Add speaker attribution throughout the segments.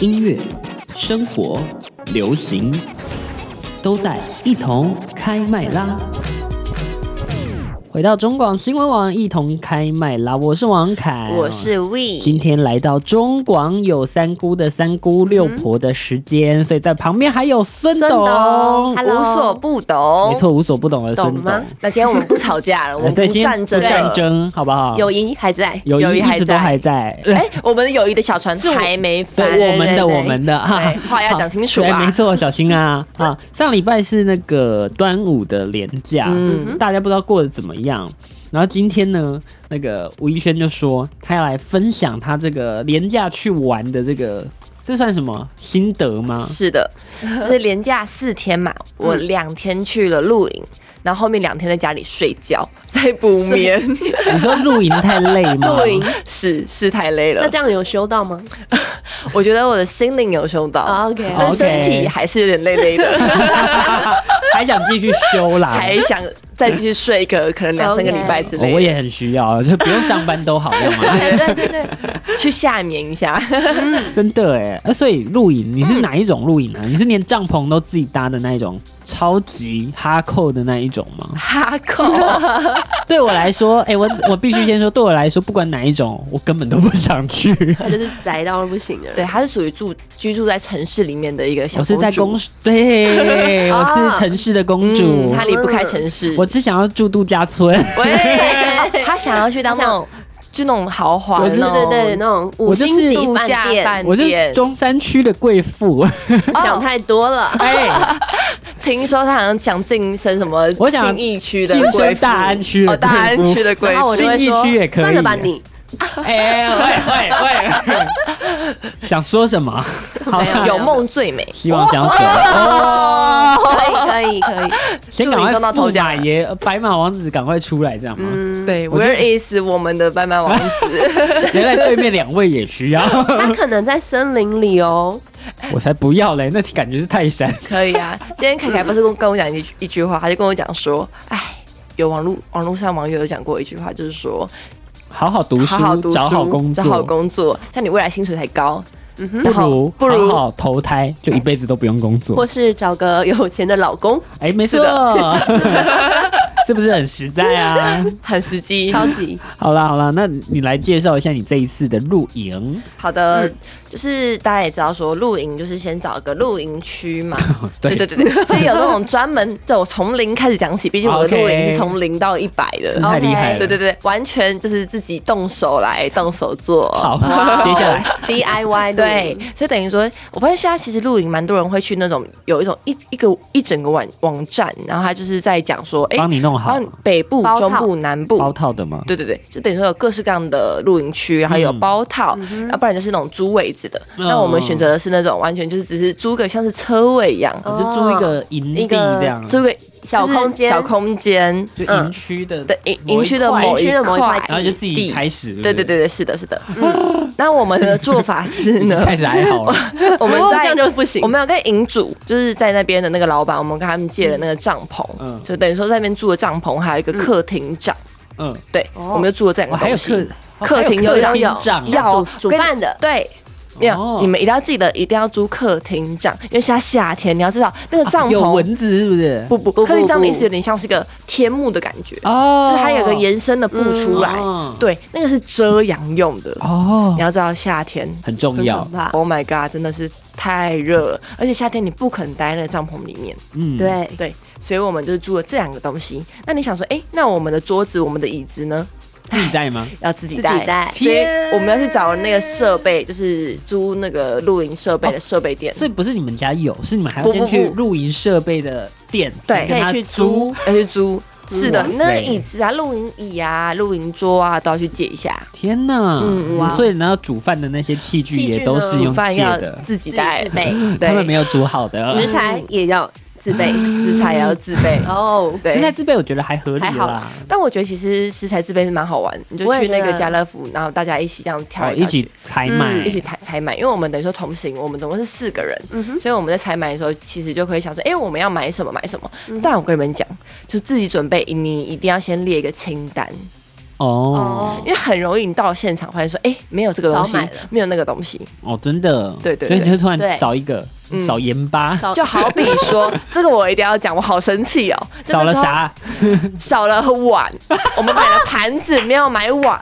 Speaker 1: 音乐、生活、流行，都在一同开麦啦！回到中广新闻网，一同开麦啦！我是王凯，
Speaker 2: 我是
Speaker 1: 哦今
Speaker 2: We，
Speaker 1: 天来到中广有三姑的三姑六婆的时间，所以在旁边还有孙
Speaker 3: 孙
Speaker 1: 董
Speaker 3: 董，Hello
Speaker 2: 无所不懂，
Speaker 1: 没，错，无所不懂的孙
Speaker 3: 懂
Speaker 1: 董。
Speaker 3: 吗？
Speaker 2: 那今天我们不吵架了，我
Speaker 1: 呃
Speaker 2: 们
Speaker 1: 对，今天
Speaker 2: 战争
Speaker 1: 不
Speaker 2: 了，
Speaker 1: 战争，好不好？
Speaker 3: 友谊还在，
Speaker 1: 友
Speaker 2: 友
Speaker 1: 谊
Speaker 2: 谊
Speaker 1: 一
Speaker 2: 还
Speaker 1: 直都
Speaker 2: 在
Speaker 1: 还在。
Speaker 2: 哎，我们的友谊的小船
Speaker 3: 是我
Speaker 2: 还没翻，
Speaker 3: 对
Speaker 1: 对，我们的，
Speaker 3: 对
Speaker 1: 我们的，哈
Speaker 2: 对话要讲清楚
Speaker 1: 对，
Speaker 2: 啊
Speaker 1: 哎没错，小心 啊啊！上礼拜是那个端午的连假，
Speaker 2: 嗯
Speaker 1: 大家不知道过得怎么样。然后今天呢，那个吴一轩就说他要来分享他这个廉假去玩的这个，这算什么心得吗？
Speaker 2: 是的，就是连假四天嘛，我
Speaker 1: 嗯
Speaker 2: 两天去了露营，然后后面两天在家里睡觉， 在补眠，
Speaker 1: 你说露营太累吗？
Speaker 3: 露营，
Speaker 2: 是是太累
Speaker 3: 那
Speaker 2: 了
Speaker 3: 这，样有修到吗
Speaker 2: 我觉得我的心灵有收到，
Speaker 3: ？OK，
Speaker 1: 好
Speaker 2: 但身体还是有点累 累的，
Speaker 1: 还想继续休啦？
Speaker 2: 还想再继续睡一个可能两三个礼拜之
Speaker 1: 哦我
Speaker 2: 类
Speaker 1: 也很需要，就不用上班都好， 要吗？
Speaker 3: 对对对对，
Speaker 2: 的，去夏眠一下。
Speaker 1: 真的哎，呃所以露营你是哪一种露营啊？你是连帐篷都自己搭的那一种，超级哈扣的那一种吗？
Speaker 2: 哈口，
Speaker 1: 对我来说，哎、我我必须先说，对我来说，不管哪一种，我根本都不想 去。
Speaker 3: 他就是宅到不行了。
Speaker 2: 对，它是属于住居住在城市里面的一个小
Speaker 1: 我是在公
Speaker 2: 公主，
Speaker 1: 司， 对，我是城市的公主，
Speaker 2: 嗯，他离不开城市。
Speaker 1: 我只想要住度假村。
Speaker 2: 喂， 他想要去当那种，就那种豪华的
Speaker 3: 对
Speaker 2: 那
Speaker 3: 对
Speaker 2: 种，
Speaker 3: 对，那种
Speaker 1: 我
Speaker 3: 五
Speaker 1: 就
Speaker 3: 星
Speaker 1: 是
Speaker 3: 级
Speaker 2: 度假
Speaker 3: 饭店，
Speaker 2: 饭
Speaker 1: 我就是
Speaker 2: 店。
Speaker 1: 中山区的贵 妇，
Speaker 3: 想太多了。
Speaker 1: 哎，
Speaker 2: 听说他好像想晋升什么，
Speaker 1: 我想
Speaker 2: 义区的
Speaker 1: 晋
Speaker 2: 贵
Speaker 1: 升
Speaker 2: 妇
Speaker 1: 大安区的
Speaker 2: 哦，大安
Speaker 1: 贵妇
Speaker 2: 区的贵
Speaker 3: 然后
Speaker 2: 妇
Speaker 3: 我就会
Speaker 1: 信义
Speaker 3: 说
Speaker 1: 区也可，以
Speaker 3: 算了吧你，
Speaker 1: 哎，喂喂喂， 想说什么？好啦
Speaker 2: 有，梦最美。
Speaker 1: 希望相 随。哦，
Speaker 3: 可以可以可以，
Speaker 1: 先赶快
Speaker 2: 祝你中到头
Speaker 1: 驸
Speaker 2: 奖嗯
Speaker 1: 马爷、呃白马王子赶快出来，这样吗？
Speaker 2: 对
Speaker 1: 我觉得
Speaker 2: ，Where is 我们的斑斑王 子？
Speaker 1: 原来对面两位也需要，
Speaker 3: 他可能在森林里哦。
Speaker 1: 我才不要嘞！那感觉是泰山。
Speaker 2: 可以啊，今天凯凯不是跟跟我讲一句一句话，他就跟我讲说，哎，有网络网络上网友有讲过一句话，就是说，
Speaker 1: 好好读书，
Speaker 2: 好好读书，
Speaker 1: 找好工作，
Speaker 2: 找好工作，像你未来薪水才高，
Speaker 1: 不
Speaker 2: 然
Speaker 1: 如
Speaker 2: 后不如
Speaker 1: 好好投胎，就一辈子都不用工作
Speaker 3: 或。是找个有钱的老公，
Speaker 1: 哎、没错， 是不是很实在啊？
Speaker 2: 很实际。
Speaker 3: 超级
Speaker 1: 好啦好啦，那你来介绍一下你这一次的露营，
Speaker 2: 好的，就是大家也知道说露营就是先找个露营区 嘛，
Speaker 1: 哦
Speaker 2: 对对对对，所以有那种专门这种从零开始讲起，毕竟我的
Speaker 1: OK
Speaker 2: 露营是从零到一百的
Speaker 1: 真的，太厉害了。
Speaker 2: 对对对，完全就是自己动手来动手做。
Speaker 1: 好，
Speaker 3: 哇哦
Speaker 1: 接下来
Speaker 3: DIY
Speaker 2: 对
Speaker 3: 对，，
Speaker 2: 所以等于说，我发现现在其实露营蛮多人会去那种有一种一一个一整个网网站，然后他就是在讲说，哎、
Speaker 1: 帮你弄好
Speaker 2: 帮你北部
Speaker 3: 包、
Speaker 2: 中
Speaker 3: 套
Speaker 2: 部、南部
Speaker 1: 包套的吗？
Speaker 2: 对对对，就等于说有各式各样的露营区，然后有包套，
Speaker 3: 嗯
Speaker 2: 要不然就是那种租位子的。
Speaker 1: 嗯
Speaker 2: 那我们选择的是那种完全就是只是租个像是车位一样，
Speaker 1: 我就租一个营地
Speaker 3: 一个
Speaker 1: 这样，
Speaker 2: 租哦个
Speaker 3: 小空间
Speaker 2: 小空间，
Speaker 1: 嗯就营区的
Speaker 2: 对营
Speaker 1: 某一
Speaker 2: 营区的
Speaker 1: 块
Speaker 2: 某
Speaker 3: 营区的某一块
Speaker 2: 块
Speaker 3: 地，嗯
Speaker 1: 然后就自己
Speaker 2: 地
Speaker 1: 开始，
Speaker 2: 对对对对，是的，是的。那我们的做法是
Speaker 1: 不对，
Speaker 2: 呢，
Speaker 1: 开始还好啦，
Speaker 2: 我们
Speaker 3: 不过哦这
Speaker 2: 在
Speaker 3: 样就不行
Speaker 2: 我。们有跟营主，就是在那边的那个老板，我们跟他们借了那个帐篷，
Speaker 1: 嗯
Speaker 2: 就等于说在那边住的帐篷，还有一个客厅帐，
Speaker 1: 嗯，
Speaker 2: 对，
Speaker 3: 哦
Speaker 2: 我们就住了这两
Speaker 1: 我
Speaker 2: 个
Speaker 1: 还有
Speaker 2: 东西。
Speaker 1: 客
Speaker 2: 客厅
Speaker 1: 有
Speaker 2: 有
Speaker 1: 客
Speaker 2: 有
Speaker 1: 厅帐啊，
Speaker 2: 要
Speaker 3: 煮煮饭的
Speaker 2: 对。没有，
Speaker 1: 哦
Speaker 2: 你们一定要记得，一定要租客厅帐，因为现在夏天，你要知道那个帐
Speaker 1: 啊有
Speaker 2: 篷，
Speaker 1: 蚊子是不是？
Speaker 2: 不不
Speaker 3: 不
Speaker 2: 客厅帐的
Speaker 3: 不
Speaker 2: 意思有点像是一个天幕的感觉，
Speaker 1: 哦
Speaker 2: 就是它有个延伸的布出来
Speaker 1: 嗯，
Speaker 2: 对，那个是遮阳用的。
Speaker 1: 哦
Speaker 2: 你，要知道夏天
Speaker 1: 很重要
Speaker 3: 很可怕
Speaker 2: ，Oh my god，真的是太热了，而且夏天你不肯待在那个帐篷里面，
Speaker 1: 嗯，
Speaker 3: 对，
Speaker 2: 对，所以我们就租了这两个东西。那你想说，哎，那我们的桌子、我们的椅子呢，
Speaker 1: 自己带吗？
Speaker 2: 要自己
Speaker 3: 自己
Speaker 2: 带？
Speaker 3: 带，
Speaker 2: 所以
Speaker 1: 天
Speaker 2: 我们要去找那个设备，就是租那个露营设备的设备店，
Speaker 1: 哦所以不是你们家有，是你们还要
Speaker 2: 不不
Speaker 1: 先去
Speaker 2: 不
Speaker 1: 露营设备的店，
Speaker 2: 对
Speaker 1: 跟他
Speaker 3: 可以去
Speaker 1: 租
Speaker 3: 租。
Speaker 2: 要去租。是的
Speaker 1: 哇，塞
Speaker 2: 那椅子啊、露营椅啊、露营桌啊都要去借一下，
Speaker 1: 天呐，
Speaker 2: 嗯
Speaker 3: 哇
Speaker 1: 所以呢，煮饭的那些器具
Speaker 3: 器具
Speaker 1: 也都是
Speaker 3: 呢
Speaker 1: 用
Speaker 2: 煮饭
Speaker 1: 借
Speaker 2: 要
Speaker 1: 的，
Speaker 2: 自己
Speaker 3: 自己
Speaker 2: 带
Speaker 3: 自，备，
Speaker 1: 嗯他们
Speaker 2: 对，
Speaker 1: 没有煮好的。
Speaker 3: 食材也要自备。
Speaker 2: 食材也要自 备。
Speaker 3: 哦，
Speaker 2: 对
Speaker 1: 食材自备我觉得还合理
Speaker 3: 还好
Speaker 1: 啦，哦
Speaker 2: 但我觉得其实食材自备是蛮好玩，你就
Speaker 3: 我也
Speaker 2: 去那
Speaker 3: 觉
Speaker 2: 个
Speaker 3: 得
Speaker 2: 家乐福，然后大家一起这样挑
Speaker 1: 哦
Speaker 2: 来
Speaker 1: 一
Speaker 2: 挑去嗯
Speaker 1: 起采买，
Speaker 2: 一起采采买，因为我们等于说同行，我们总共是四个人，
Speaker 3: 嗯哼
Speaker 2: 所以我们在采买的时候，其实就可以想说，哎、我们要买
Speaker 1: 嗯
Speaker 2: 什么买什么。但我跟你们讲，就自己准备，你一定要先列一个清单，
Speaker 1: 哦
Speaker 2: 因为很容易你到现场发现说，哎、没有这个东西
Speaker 3: 少买了，
Speaker 2: 没有那个东西，
Speaker 1: 哦，真的，
Speaker 2: 对对
Speaker 1: 所以你
Speaker 2: 对
Speaker 1: 会突然
Speaker 3: 对
Speaker 1: 少一个，
Speaker 2: 嗯
Speaker 1: 少盐巴，
Speaker 3: 少
Speaker 2: 就好比说， 这个我一定要讲，我好生气哦，
Speaker 1: 少了？啥？
Speaker 2: 少了碗，我们买了盘子，没有买碗。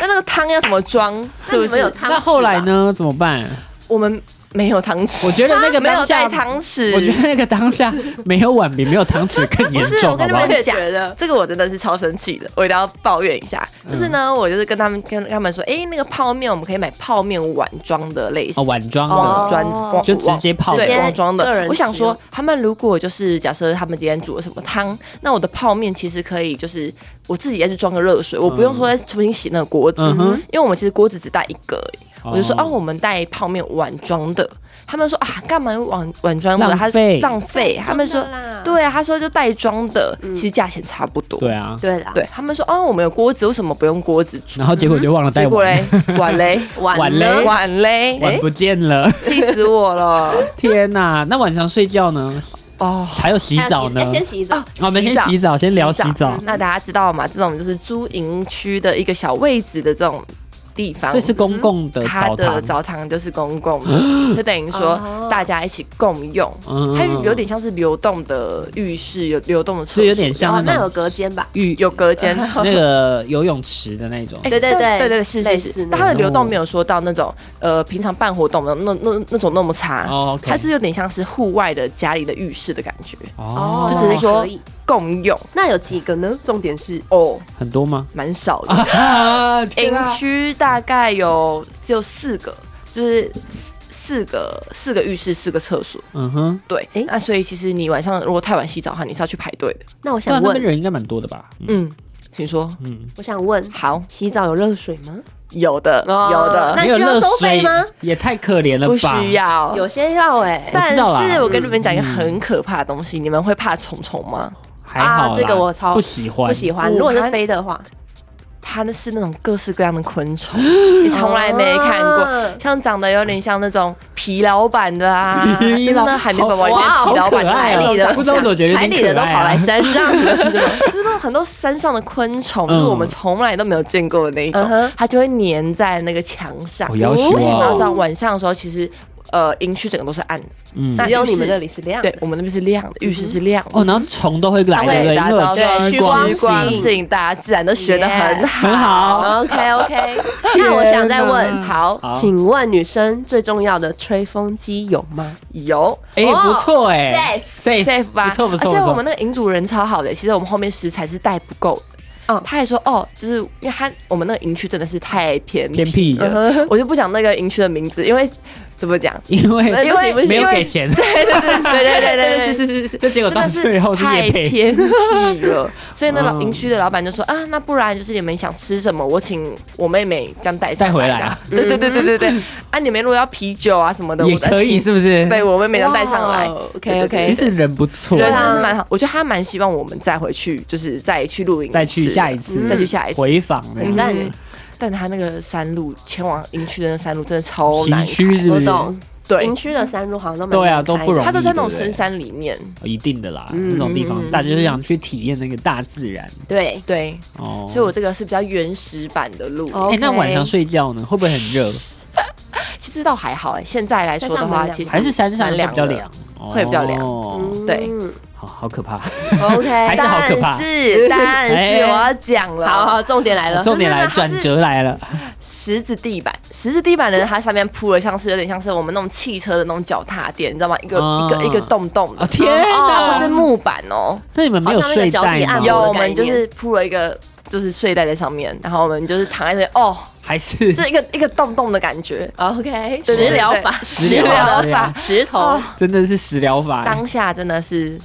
Speaker 2: 那那个汤要怎么装？是
Speaker 3: 那
Speaker 2: 不
Speaker 3: 你们
Speaker 2: 是
Speaker 3: 有？汤匙吧
Speaker 1: 那后来？呢？怎么办？
Speaker 2: 我们没有汤匙，
Speaker 1: 我觉得那个
Speaker 2: 没有
Speaker 1: 当下
Speaker 2: 带汤匙。
Speaker 1: 我觉得那个当下没有碗比没有糖匙更严
Speaker 2: 不是
Speaker 1: 重，
Speaker 2: 我
Speaker 1: 好
Speaker 2: 跟
Speaker 1: 不
Speaker 2: 你
Speaker 1: 好
Speaker 2: 们？
Speaker 3: 也
Speaker 2: 讲
Speaker 3: 觉得，
Speaker 2: 这个我真的是超生气的，我一定要抱怨一下。
Speaker 1: 嗯
Speaker 2: 就是呢，我就是跟他们跟他们说，哎，那个泡面我们可以买泡面碗装的类
Speaker 1: 哦，
Speaker 2: 型。
Speaker 1: 碗装
Speaker 3: 哦
Speaker 1: 的，
Speaker 2: 装
Speaker 3: 哦
Speaker 1: 就直接泡
Speaker 2: 对
Speaker 1: 的，
Speaker 2: 网装
Speaker 3: 个人
Speaker 2: 的。
Speaker 3: 使
Speaker 2: 我想说
Speaker 3: 用，
Speaker 2: 他们如果就是假设他们今天煮了什么汤，那我的泡面其实可以就是我自己再去装个热水，我不用说再重新洗那个锅子，
Speaker 1: 嗯哼
Speaker 2: 因为我们其实锅子只带一个而已。
Speaker 1: 哦
Speaker 2: 我就说哦，我们带泡面碗装的。他们说啊，干嘛用碗碗装的？
Speaker 1: 浪
Speaker 2: 他
Speaker 1: 费
Speaker 2: 浪费。他们说
Speaker 3: 真的啦
Speaker 2: 对啊，他说就袋装的，其实价钱差不多。
Speaker 1: 对啊，
Speaker 3: 对啦，
Speaker 2: 对他们说哦，我们有锅子，为什么不用锅子煮？
Speaker 1: 然后结果就忘了带
Speaker 2: 嗯结果
Speaker 1: 碗，
Speaker 2: 嘞， 碗
Speaker 1: 碗嘞
Speaker 2: 嘞，
Speaker 3: 呢
Speaker 2: 碗嘞，
Speaker 1: 碗
Speaker 2: 哎
Speaker 1: 不见了，
Speaker 2: 气死我了！
Speaker 1: 天哪！那晚上睡觉呢？
Speaker 2: 哦，
Speaker 1: 还有洗澡呢
Speaker 3: 哎？先洗澡
Speaker 2: 啊，
Speaker 1: 我们先洗澡，先聊洗澡，
Speaker 2: 那大家知道嘛？这种就是租营区的一个小位置的这种地方
Speaker 1: 这，是公共的
Speaker 2: 嗯它
Speaker 1: 澡
Speaker 2: 的
Speaker 1: 堂，
Speaker 2: 澡堂就是公共 的，就等于说
Speaker 3: 哦
Speaker 2: 大家一起共用，
Speaker 1: 嗯
Speaker 2: 它有点像是流动的浴室，有流动的厕所，
Speaker 1: 就有点像
Speaker 3: 哦，
Speaker 1: 那
Speaker 3: 那有
Speaker 1: 种
Speaker 3: 隔间吧？
Speaker 1: 浴
Speaker 2: 有隔间。
Speaker 1: 那个游泳池的那种
Speaker 2: 哎，
Speaker 3: 对对对
Speaker 2: 对对是是
Speaker 3: 类似
Speaker 2: 是，
Speaker 3: 那
Speaker 2: 但它的
Speaker 1: 种
Speaker 2: 流动没有说到那种呃平常办活动的那那那种那么差，
Speaker 1: 哦，OK
Speaker 2: 它是有点像是户外的家里的浴室的感觉，
Speaker 1: 哦，
Speaker 2: 就只是说
Speaker 3: 还可以
Speaker 2: 共用
Speaker 3: 那有几个呢？重点是
Speaker 2: 哦，
Speaker 1: 很多吗？
Speaker 2: 蛮少的。
Speaker 1: 啊，天
Speaker 2: 营
Speaker 1: 啊
Speaker 2: 区大概有只有四个，就是四四个四个浴室，四个厕所。
Speaker 1: 嗯哼，
Speaker 2: 对，哎、那所以其实你晚上如果太晚洗澡的话，你是要去排队的。
Speaker 3: 那我
Speaker 1: 对啊
Speaker 3: 想
Speaker 1: 那边
Speaker 3: 问，
Speaker 1: 人应该蛮多的吧？嗯
Speaker 2: 嗯，请说。
Speaker 1: 嗯，
Speaker 3: 我想问，
Speaker 2: 好，
Speaker 3: 洗澡有热水吗？
Speaker 2: 有的，
Speaker 3: 哦
Speaker 2: 有的，
Speaker 3: 那
Speaker 1: 没有
Speaker 3: 需要
Speaker 1: 热
Speaker 3: 收
Speaker 1: 水
Speaker 3: 费吗？
Speaker 1: 也太可怜了
Speaker 2: 不
Speaker 1: 吧？
Speaker 2: 需要。
Speaker 3: 有些要哎，
Speaker 1: 我
Speaker 2: 但
Speaker 1: 知道啦嗯
Speaker 2: 是我跟你们讲一个很可怕的东西，你们会怕虫虫吗？
Speaker 1: 还好啦
Speaker 3: 啊这个我超
Speaker 1: 不喜欢，
Speaker 3: 不喜欢。
Speaker 2: 我
Speaker 3: 如果是飞的话，
Speaker 2: 它那是那种各式各样的昆 虫，你从来没看
Speaker 3: 哦
Speaker 2: 过，像长得有点像那种皮老板的啊，
Speaker 1: 疲劳
Speaker 2: 就是那海绵宝宝里面
Speaker 3: 哇
Speaker 2: 皮老
Speaker 1: 好可
Speaker 2: 板的
Speaker 1: 爱
Speaker 2: 那
Speaker 1: 哦
Speaker 2: 种
Speaker 3: 海里的
Speaker 1: 不知道为什么觉得有
Speaker 3: 海
Speaker 1: 点
Speaker 3: 里的
Speaker 1: 可
Speaker 3: 都
Speaker 1: 爱
Speaker 3: 跑
Speaker 1: 啊
Speaker 3: 来山 上了，是吧
Speaker 2: 就是那种很多山上的昆虫，
Speaker 1: 嗯
Speaker 2: 就是我们从来都没有见过的那一种
Speaker 3: 嗯哼
Speaker 2: 它就会粘在那个墙上。
Speaker 1: 哦要求哦
Speaker 2: 而且你要知道，晚上的时候其实。呃，营区整个都是暗的，
Speaker 1: 嗯
Speaker 2: 那
Speaker 3: 只有你
Speaker 2: 浴室
Speaker 3: 们那里是亮的
Speaker 2: 对。我们那边是亮的，浴室是亮的。
Speaker 1: 哦，然后虫都会来，对不对？
Speaker 3: 它
Speaker 1: 因为
Speaker 3: 会打
Speaker 1: 有
Speaker 3: 造
Speaker 1: 趋
Speaker 3: 出趋
Speaker 1: 哦光
Speaker 3: 光
Speaker 2: 趋光
Speaker 1: 性，
Speaker 2: 性，大家自然都学得很好。
Speaker 1: 很好。
Speaker 3: OK OK，那我想再问，好
Speaker 1: 好，
Speaker 3: 请问女生最重要的吹风机有吗？
Speaker 2: 有
Speaker 1: 哎，
Speaker 3: 哦
Speaker 1: 不错哎，safe
Speaker 2: safe 吧？
Speaker 1: 不错不错
Speaker 2: 而且
Speaker 1: 不
Speaker 2: 我
Speaker 1: 错
Speaker 2: 们。那个营主人超好的，其实我们后面食材是带不够的。嗯，他还说哦，就是因为他我们那个营区真的是太偏
Speaker 1: 偏僻
Speaker 2: 了
Speaker 3: 嗯
Speaker 2: 我就不讲那个营区的名字，因为怎么讲？
Speaker 1: 因为
Speaker 2: 对
Speaker 1: 因
Speaker 2: 不行呃不
Speaker 1: 为哎
Speaker 2: 行
Speaker 1: 没有
Speaker 2: 因为
Speaker 1: 给 钱，
Speaker 2: 对对对对对对 对，是是是是，
Speaker 1: 这结果
Speaker 2: 真
Speaker 1: 到
Speaker 2: 的
Speaker 1: 最
Speaker 2: 是
Speaker 1: 后是
Speaker 2: 太
Speaker 1: 夜配，
Speaker 2: 偏僻了。所以那老
Speaker 1: 嗯
Speaker 2: 营区的老板就说啊，那不然就是你们想吃什么，我请我妹妹这样带上
Speaker 1: 带回来
Speaker 2: 这样
Speaker 1: 啊
Speaker 2: 对对对对对对，啊，你们如果要啤酒啊什么的，
Speaker 1: 也
Speaker 2: 我再
Speaker 1: 可以
Speaker 2: 请
Speaker 1: 是不是？
Speaker 2: 对我妹妹这样带上来。
Speaker 1: 哦
Speaker 3: 哇
Speaker 2: 对
Speaker 3: ，OK
Speaker 2: 对
Speaker 3: OK，
Speaker 1: 其实人不错，
Speaker 2: 人真
Speaker 3: 啊
Speaker 2: 的是蛮好，我觉得他蛮希望我们再回去，就是再去露营，
Speaker 1: 再去下一次，
Speaker 2: 嗯再去下一次。嗯
Speaker 1: 回访哎这样
Speaker 3: 很赞耶
Speaker 2: 但他那个山路前往营区的那山路真的超
Speaker 1: 崎
Speaker 2: 难，
Speaker 1: 岖是不哦
Speaker 3: 我
Speaker 1: 是？
Speaker 3: 懂。
Speaker 2: 对
Speaker 3: 营，区的山路好像都蛮
Speaker 1: 对啊
Speaker 3: 难
Speaker 1: 都
Speaker 3: 开
Speaker 1: 不容易
Speaker 2: 他都在那种
Speaker 1: 对不对
Speaker 2: 深山里面。
Speaker 1: 一定的啦，
Speaker 3: 嗯
Speaker 1: 那种地方
Speaker 2: 嗯
Speaker 1: 大家就想去体验那个大自然
Speaker 3: 的对，
Speaker 2: 对，
Speaker 1: 哦。
Speaker 2: 所以我这个是比较原始版的路。
Speaker 3: 哦
Speaker 1: 哎，那
Speaker 3: OK
Speaker 1: 晚上睡觉呢，会不会很热？
Speaker 2: 其实倒还好哎、现在来说的话，
Speaker 3: 山上蛮凉
Speaker 2: 其实
Speaker 1: 还是山上
Speaker 2: 蛮
Speaker 1: 会比
Speaker 2: 凉
Speaker 1: 较
Speaker 2: 的
Speaker 1: 凉，
Speaker 2: 会比较凉
Speaker 1: 哦
Speaker 3: 嗯
Speaker 2: 对
Speaker 1: 好好可怕。 还
Speaker 3: ，OK，
Speaker 1: 是好可怕
Speaker 2: 但是，但
Speaker 1: 哎
Speaker 2: 是我要 讲了，
Speaker 3: 好好，重点来
Speaker 2: 呃
Speaker 3: 了，
Speaker 1: 重点来，
Speaker 2: 就是呢它
Speaker 1: 转
Speaker 2: 是
Speaker 1: 折来了，
Speaker 2: 石子地板，石子地板呢，它上面铺了像是有点像是我们那种汽车的那种脚踏垫，你知道吗？一个、
Speaker 1: 啊
Speaker 2: 一个一个洞洞的，
Speaker 1: 啊天
Speaker 2: 它
Speaker 1: 哪
Speaker 2: 不是木板哦，
Speaker 1: 那你们没有睡袋
Speaker 3: 好像那个脚
Speaker 1: 吗？
Speaker 3: 底
Speaker 2: 有
Speaker 3: 按摩
Speaker 2: 我
Speaker 3: 的概
Speaker 2: 们
Speaker 3: 念
Speaker 2: 就是铺了一个就是睡袋在上面，然后我们就是躺在这里，哦，
Speaker 1: 还是
Speaker 2: 这一个一个洞洞的感觉，
Speaker 3: OK，
Speaker 2: 对
Speaker 3: 食疗法，
Speaker 1: 食
Speaker 2: 石
Speaker 1: 疗
Speaker 2: 疗
Speaker 1: 对啊
Speaker 2: 法，
Speaker 3: 石头
Speaker 2: 哦，
Speaker 1: 真的是食疗法，
Speaker 2: 当下真的是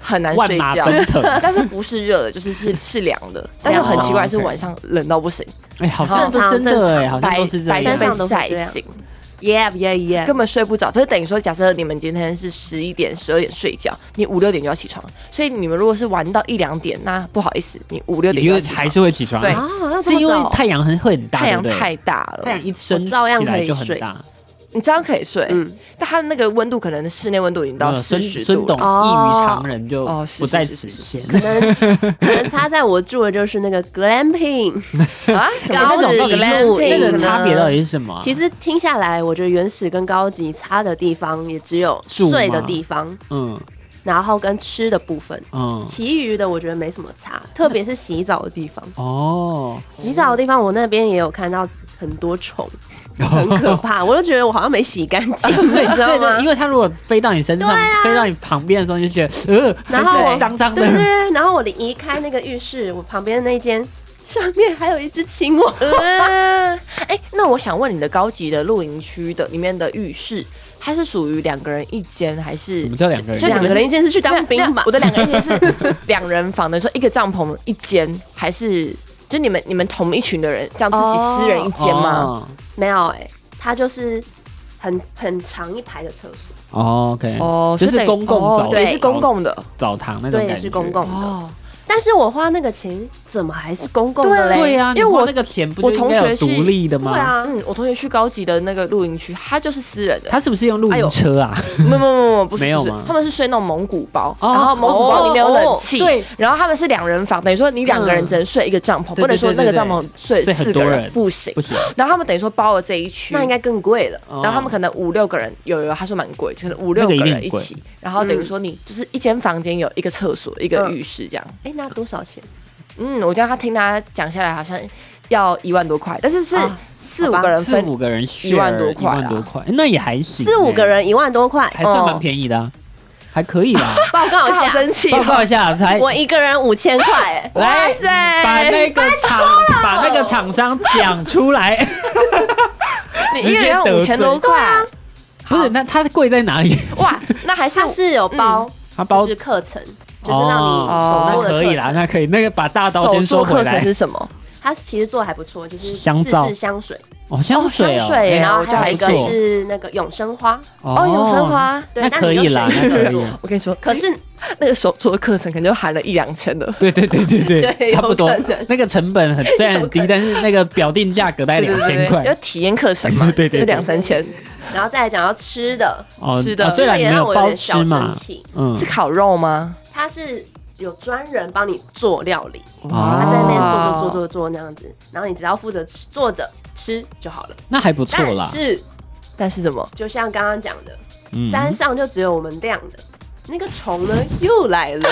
Speaker 2: 很难
Speaker 1: 万
Speaker 2: 睡
Speaker 1: 马
Speaker 2: 觉。
Speaker 1: 奔腾。
Speaker 2: 但是不是热的，就是是 是凉的，但是很奇怪是晚上冷到不行，
Speaker 1: 哎，好
Speaker 3: 好
Speaker 1: 像这真
Speaker 3: 正
Speaker 1: 的
Speaker 3: 常
Speaker 1: 哎，好像
Speaker 2: 白
Speaker 1: 都是这
Speaker 2: 白天
Speaker 1: 样
Speaker 3: 山
Speaker 2: 被。
Speaker 3: 上都是
Speaker 2: 晒
Speaker 3: 这样
Speaker 2: 醒，
Speaker 3: ，Yeah Yeah Yeah，
Speaker 2: 根本睡不着。就是等于说，假设你们今天是十一点、十二点睡觉，你五六点就要起床，所以你们如果是玩到一两点，那不好意思，你五六点
Speaker 1: 因
Speaker 2: 就要
Speaker 1: 为
Speaker 2: 起床
Speaker 1: 还是会起床，
Speaker 2: 对
Speaker 1: 啊
Speaker 3: 啊，
Speaker 1: 是因为
Speaker 3: 太
Speaker 1: 太阳很会很大，
Speaker 2: 太阳
Speaker 1: 对不对
Speaker 2: 太大
Speaker 1: 太
Speaker 2: 了
Speaker 1: 阳。一升
Speaker 3: 我照样
Speaker 1: 起来
Speaker 3: 可以
Speaker 1: 就很
Speaker 3: 睡
Speaker 1: 大，
Speaker 2: 你这样可以睡，
Speaker 3: 嗯
Speaker 2: 但它的那个温度可能室内温度已经到
Speaker 1: 呃
Speaker 2: 四
Speaker 1: 孙
Speaker 2: 十
Speaker 1: 孙
Speaker 2: 度
Speaker 1: 董
Speaker 2: 了。
Speaker 1: 异于常人，就
Speaker 2: 哦是
Speaker 1: 不
Speaker 2: 是
Speaker 1: 在
Speaker 2: 是
Speaker 1: 此
Speaker 2: 是是
Speaker 1: 限。
Speaker 3: 可能可能差在我住的就是那个 glamping，
Speaker 2: 啊，什么
Speaker 3: 高
Speaker 2: 那
Speaker 3: 级
Speaker 2: 种
Speaker 3: 路
Speaker 1: 那
Speaker 2: glamping
Speaker 1: 个差别
Speaker 2: 呢
Speaker 1: 到底是什么啊、
Speaker 3: 其实听下来，我觉得原始跟高级差的地方也只有
Speaker 1: 住
Speaker 3: 睡的
Speaker 1: 吗
Speaker 3: 地方，
Speaker 1: 嗯
Speaker 3: 然后跟吃的部分，
Speaker 1: 嗯
Speaker 3: 其余的我觉得没什么 差，特别是洗澡的地方。
Speaker 1: 哦，
Speaker 3: 洗澡的地方，我那边也有看到很多 虫，很可怕，我就觉得我好像没洗干净，你知道
Speaker 1: 对对，
Speaker 3: 吗
Speaker 1: 因？为它如果飞到你身上，飞到你旁边的时候，你就觉得呃，
Speaker 3: 然后
Speaker 1: 还
Speaker 3: 我
Speaker 1: 是脏脏的
Speaker 3: 对。对对，然后我离开那个浴室，我旁边的那间上面还有一只青 蛙，
Speaker 1: 哦
Speaker 2: 嗯， 哎，那我想问你的高级的露营区的里面的浴室，它是属于两个人一间还是？
Speaker 1: 什么叫两个人？
Speaker 2: 就
Speaker 3: 两个人一间是去当兵
Speaker 2: 没有
Speaker 3: 吧
Speaker 2: 我？的两个人一间是两人房的，说一个帐篷一间，还是就你们你们同一群的人这样自己
Speaker 3: 哦
Speaker 2: 私人一间吗？
Speaker 1: 哦
Speaker 3: 没有哎、它就是很很长一排的厕所，
Speaker 1: 哦，OK，
Speaker 2: 哦，
Speaker 1: 就是
Speaker 2: 所以等于
Speaker 1: 公共
Speaker 2: 哦
Speaker 1: 澡
Speaker 2: 对，
Speaker 1: 堂
Speaker 2: 是公共的
Speaker 1: 澡堂那种
Speaker 3: 对，
Speaker 1: 感觉。
Speaker 3: 是公共的。
Speaker 2: 哦。
Speaker 3: 但是我花那个钱，怎么还是公共的嘞？
Speaker 1: 对啊呀，
Speaker 2: 因为
Speaker 1: 你
Speaker 2: 我
Speaker 1: 花那个钱不就
Speaker 2: 我同
Speaker 1: 应该有
Speaker 2: 学是
Speaker 1: 独立的
Speaker 3: 对
Speaker 1: 吗？
Speaker 3: 啊，
Speaker 2: 嗯，我同学去高级的那个露营区，他就是私人的，
Speaker 1: 他是不是用露
Speaker 2: 哎
Speaker 1: 营
Speaker 2: 呦
Speaker 1: 车啊？
Speaker 2: 没有没有没有不是
Speaker 1: 没有
Speaker 2: 不是
Speaker 1: 吗，
Speaker 2: 他们是睡那种蒙古包，
Speaker 1: 哦
Speaker 2: 然后蒙古包里面有冷气，
Speaker 1: 哦对，
Speaker 2: 然后他们是两人房，等于说你两个人
Speaker 1: 嗯
Speaker 2: 只能睡一个帐篷，
Speaker 1: 对
Speaker 2: 不能说
Speaker 1: 对对
Speaker 2: 那个
Speaker 1: 对
Speaker 2: 帐篷睡
Speaker 1: 睡很
Speaker 2: 四
Speaker 1: 多
Speaker 2: 个人
Speaker 1: 人
Speaker 2: 不行
Speaker 1: 不。行，
Speaker 2: 然后他们等于说包了这一区，
Speaker 3: 那应该更贵了。
Speaker 1: 哦
Speaker 2: 然后他们可能五六个人，有有，他说蛮贵，可能五
Speaker 1: 那个
Speaker 2: 六个
Speaker 1: 一定
Speaker 2: 人一
Speaker 1: 贵
Speaker 2: 起，然后等于说你就是一间房间有一个厕所、一个
Speaker 3: 嗯
Speaker 2: 浴室这样。
Speaker 3: 哎、那多少钱？
Speaker 2: 嗯，我觉得他听他讲下来好像要一万多块，但是是
Speaker 3: 啊
Speaker 2: 四
Speaker 3: 好
Speaker 2: 五
Speaker 3: 吧
Speaker 2: 个人
Speaker 1: 四
Speaker 2: 分，
Speaker 1: 五个人 share
Speaker 2: 一万多块啊
Speaker 1: 一万
Speaker 2: 啦
Speaker 1: 多块，哎那也还行欸。
Speaker 3: 四五个人一万多块，
Speaker 1: 还算蛮
Speaker 3: 哦
Speaker 1: 便宜的啊，还可以 啦。
Speaker 3: 报
Speaker 2: 他
Speaker 3: 告一
Speaker 2: 好
Speaker 3: 下，
Speaker 2: 生气哦，
Speaker 1: 报告一下，才
Speaker 3: 我一个人五千块、哎
Speaker 1: 来
Speaker 2: 哇塞
Speaker 1: 把那个厂把那个厂商讲出来，
Speaker 2: 你一个
Speaker 1: 直
Speaker 2: 人
Speaker 1: 接得
Speaker 2: 五千
Speaker 1: 罪
Speaker 2: 多块啊，
Speaker 1: 不是？那它贵在哪里？
Speaker 2: 哇，那还是嗯
Speaker 3: 它是有包，
Speaker 1: 它嗯包哦
Speaker 3: 就是课程，就是让你手
Speaker 1: 那
Speaker 3: 做的
Speaker 1: 可
Speaker 3: 课
Speaker 1: 以
Speaker 3: 程。
Speaker 1: 啦，那可以，那个把大刀
Speaker 2: 手
Speaker 1: 先收
Speaker 2: 作
Speaker 1: 回
Speaker 2: 课程
Speaker 1: 来。
Speaker 2: 是什么？
Speaker 3: 它其实做的还不错，就是
Speaker 1: 香
Speaker 3: 自
Speaker 1: 皂
Speaker 3: 制香水，
Speaker 1: 哦，香水哦，
Speaker 2: 香水哎
Speaker 3: 然后
Speaker 2: 我觉得
Speaker 3: 还有一个
Speaker 1: 还不错
Speaker 3: 是那个永生花。
Speaker 2: 哦，永生，花。
Speaker 3: 对，
Speaker 1: 那可以啦，
Speaker 3: 那
Speaker 1: 那
Speaker 3: 你就
Speaker 1: 可
Speaker 3: 选一
Speaker 1: 以
Speaker 3: 个。做
Speaker 2: 我跟你说，
Speaker 3: 可是
Speaker 2: 那个手作的课程可能就含了一两千的，
Speaker 1: 对对对对对，
Speaker 3: 对
Speaker 1: 差不多
Speaker 3: 有可能。
Speaker 1: 那个成本很虽然很低，但是那个表定价格大概
Speaker 2: 对
Speaker 1: 两
Speaker 2: 对对
Speaker 1: 千
Speaker 2: 对，
Speaker 1: 块
Speaker 2: 要体验课程嘛，
Speaker 1: 对对对
Speaker 2: 就两三千，
Speaker 3: 然后再来讲到吃的，
Speaker 1: 哦
Speaker 2: 是的
Speaker 1: 哦虽然你
Speaker 3: 也
Speaker 1: 没
Speaker 3: 让我
Speaker 1: 包
Speaker 3: 点
Speaker 1: 吃
Speaker 3: 小生
Speaker 1: 嘛，
Speaker 3: 气。
Speaker 1: 嗯，
Speaker 2: 是烤肉吗？
Speaker 3: 它是有专人帮你做料理，
Speaker 1: 哇
Speaker 3: 他在那边做
Speaker 2: 哦
Speaker 3: 做做做做那样子，然后你只要负责吃坐着吃就好了。
Speaker 1: 那还不错
Speaker 3: 但
Speaker 1: 啦。
Speaker 3: 是
Speaker 2: 但是怎么？
Speaker 3: 就像刚刚讲的，
Speaker 1: 嗯
Speaker 3: 山上就只有我们这样的。那个虫呢又来 了，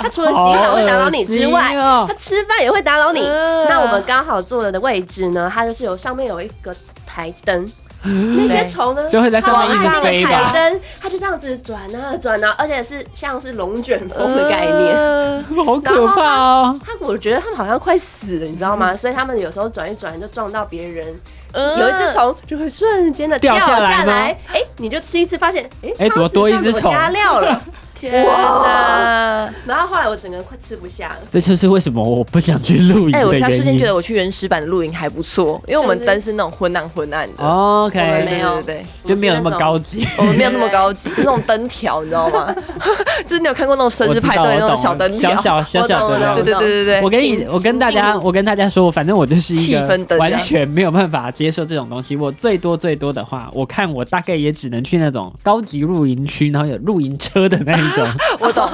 Speaker 3: 它除了洗澡会打扰你之
Speaker 1: 好恶
Speaker 3: 外
Speaker 1: 心，哦嗯
Speaker 3: 它吃饭也会打扰你。
Speaker 2: 呃
Speaker 3: 那我们刚好坐的位置呢，它就是有上面有一个台灯，那些虫呢
Speaker 1: 嗯就会在上面一直
Speaker 3: 超爱那
Speaker 1: 飞
Speaker 3: 个
Speaker 1: 吧
Speaker 3: 台灯它就这样子转啊转啊，而且是像是龙卷风的概念。
Speaker 1: 嗯
Speaker 2: 呃
Speaker 1: 好可怕哦！
Speaker 3: 他我觉得他们好像快死了，你知道
Speaker 1: 嗯
Speaker 3: 吗？所以他们有时候转一转就撞到别人，
Speaker 2: 呃
Speaker 3: 有一只虫就会瞬间的
Speaker 1: 掉下
Speaker 3: 下
Speaker 1: 来吗
Speaker 3: 哎、你就吃一次，发现哎
Speaker 1: 哎怎么多一只虫
Speaker 3: 加 料了。啊
Speaker 2: 天哪！
Speaker 3: 然后后来我整个人快吃不下了，
Speaker 1: 这就是为什么我不想去露营
Speaker 2: 哎，我
Speaker 1: 的
Speaker 2: 现在瞬
Speaker 1: 原
Speaker 2: 间觉
Speaker 1: 因。
Speaker 2: 得我去原始版的露营还不错，因为我们灯是那种昏暗昏暗
Speaker 1: 哦
Speaker 2: 的，
Speaker 3: 我们
Speaker 1: OK，
Speaker 3: 没有
Speaker 2: 对对对对
Speaker 1: 就没有那么高级。
Speaker 2: 我 们没有那么高级，就是那种灯条，你知道吗？ 就是你有看过那种生日派对那种小灯条，
Speaker 1: 小小小小的那
Speaker 2: 对
Speaker 1: 种。
Speaker 2: 对对对
Speaker 1: 我
Speaker 2: 对，
Speaker 1: 跟你，
Speaker 3: 情
Speaker 1: 我跟大家，
Speaker 3: 情境
Speaker 1: 我跟大家说，反正我就是一
Speaker 2: 气氛
Speaker 1: 个
Speaker 2: 灯
Speaker 1: 完全没有办法接受这种东西。我最多最多的话，我看我大概也只能去那种高级露营区，然后有露营车的那一种，
Speaker 2: 我懂，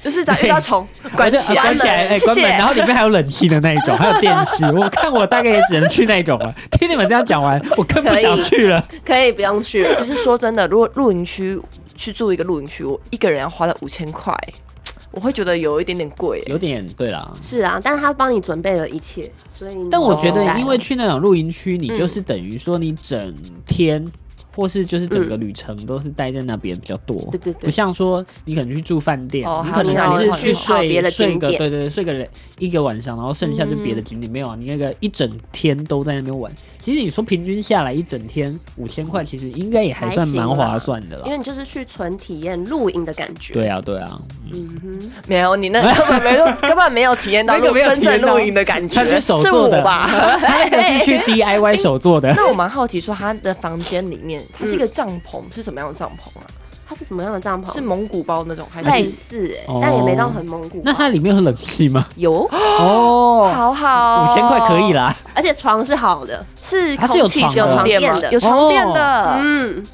Speaker 2: 就是只要遇到 虫， 关
Speaker 1: 我就呃
Speaker 2: 起来，
Speaker 1: 关起来，哎，
Speaker 2: 谢
Speaker 1: 关门，
Speaker 2: 谢
Speaker 1: 然。后里面还有冷气的那一种，还有电视。我看我大概也只能去那种了。听你们这样讲完，我更不
Speaker 3: 可以
Speaker 1: 想去了。
Speaker 3: 可以不用去
Speaker 2: 可
Speaker 3: 了。
Speaker 2: 是说真的，如果露营区去住一个露营区，我一个人要花到五千块，我会觉得有一点点贵耶。
Speaker 1: 有点对啦，
Speaker 3: 是啊，但是他帮你准备了一切，所以你
Speaker 1: 但我觉
Speaker 2: 哦
Speaker 1: 得，因为去那种露营区，你
Speaker 2: 嗯
Speaker 1: 就是等于说你整天。或是就是整个旅程都是待在那边比较多，
Speaker 3: 对对对
Speaker 1: 不像说你可能去住饭店，
Speaker 2: 哦
Speaker 1: 你
Speaker 2: 还
Speaker 1: 可能
Speaker 2: 有那种
Speaker 1: 还是
Speaker 2: 换
Speaker 1: 去
Speaker 2: 好
Speaker 1: 睡
Speaker 3: 别的
Speaker 1: 睡
Speaker 3: 景
Speaker 1: 个
Speaker 3: 点
Speaker 1: 对对对睡个一个晚上，然后剩下就别的景点、没有啊，你那个一整天都在那边玩。其实你说平均下来一整天五千块，其实应该也还算蛮划算的啦
Speaker 3: 因。为你就是去纯体验露营的感觉。
Speaker 1: 对啊对 啊，
Speaker 3: 嗯哼，
Speaker 2: 没有，你那根本没有，根本没有体验到
Speaker 1: 那个
Speaker 2: 露
Speaker 1: 没有
Speaker 2: 真
Speaker 1: 体验
Speaker 2: 正
Speaker 1: 到
Speaker 2: 露营的感觉，
Speaker 1: 他去手
Speaker 2: 是
Speaker 1: 做
Speaker 2: 我
Speaker 1: 的
Speaker 3: 哎
Speaker 2: 吧？
Speaker 1: 他那个是去 DIY 手做的，
Speaker 2: 那我蛮好奇，说他的房间里面，它是一个帐篷，是什么样的帐篷啊？
Speaker 3: 它是什么样的帐篷？
Speaker 2: 是蒙古包那种还
Speaker 3: 类
Speaker 2: 是？
Speaker 3: 似、欸
Speaker 1: 哦
Speaker 3: 但也没到很蒙古吧。
Speaker 1: 那它里面有冷气吗？
Speaker 3: 有，
Speaker 1: 哦，
Speaker 2: 好好，
Speaker 1: 五千块可以，啦。
Speaker 3: 而且床是好的，
Speaker 2: 是
Speaker 1: 它是有
Speaker 2: 空气
Speaker 1: 床
Speaker 2: 有
Speaker 1: 的
Speaker 2: 床
Speaker 3: 有
Speaker 2: 垫
Speaker 3: 床
Speaker 2: 吗
Speaker 3: 垫的
Speaker 2: 有床垫的，嗯，
Speaker 3: 嗯，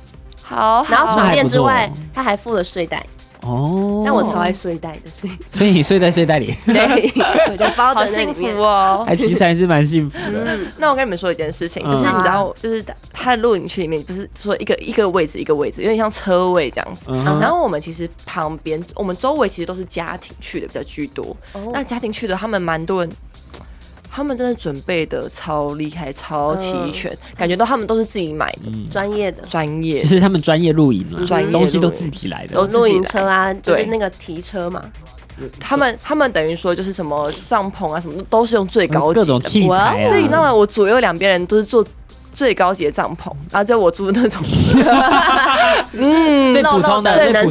Speaker 2: 好，
Speaker 3: 然后
Speaker 2: 好
Speaker 3: 床
Speaker 1: 那还
Speaker 3: 垫
Speaker 1: 不
Speaker 3: 之
Speaker 1: 错
Speaker 3: 外，它还附了睡袋，
Speaker 1: 哦，
Speaker 3: 但我超爱睡袋的，所以
Speaker 1: 所以你睡在睡袋里，
Speaker 3: 对， 我就
Speaker 2: 好
Speaker 3: 包在那
Speaker 2: 幸
Speaker 3: 里面
Speaker 2: 福。哦。
Speaker 1: 还其实还是蛮幸福的。
Speaker 3: 嗯，
Speaker 2: 那我跟你们说一件事情，
Speaker 1: 嗯
Speaker 2: 就是你知道，就是它的露营区里面不是说一个一个位置一个位置，有点像车位这样子。
Speaker 1: 嗯哼
Speaker 2: 然后我们其实旁边，我们周围其实都是家庭去的比较居多。那
Speaker 3: 哦，
Speaker 2: 家庭去的，他们蛮多人，他们真的准备的超厉害、超齐全，感觉到他们都是自己买的，
Speaker 1: 嗯，
Speaker 3: 专业的
Speaker 2: 专业
Speaker 1: 就。是他们专业露营啦，
Speaker 2: 专业
Speaker 1: 东西都
Speaker 2: 露营
Speaker 1: 自己来的
Speaker 3: 有，露营车啊，就
Speaker 2: 对
Speaker 3: 是那个提车嘛，
Speaker 2: 他们他们等于说就是什么帐篷啊，什么都是用最高
Speaker 1: 嗯各
Speaker 2: 级的
Speaker 1: 种器
Speaker 3: 哇
Speaker 1: 材啊，
Speaker 2: 所以你知道吗？我左右两边人都是做最高级的帐篷，然后就我住那 种，嗯，
Speaker 1: 最普通的、最普通
Speaker 2: 最
Speaker 3: 那那那那
Speaker 1: 的
Speaker 2: 普
Speaker 3: 那，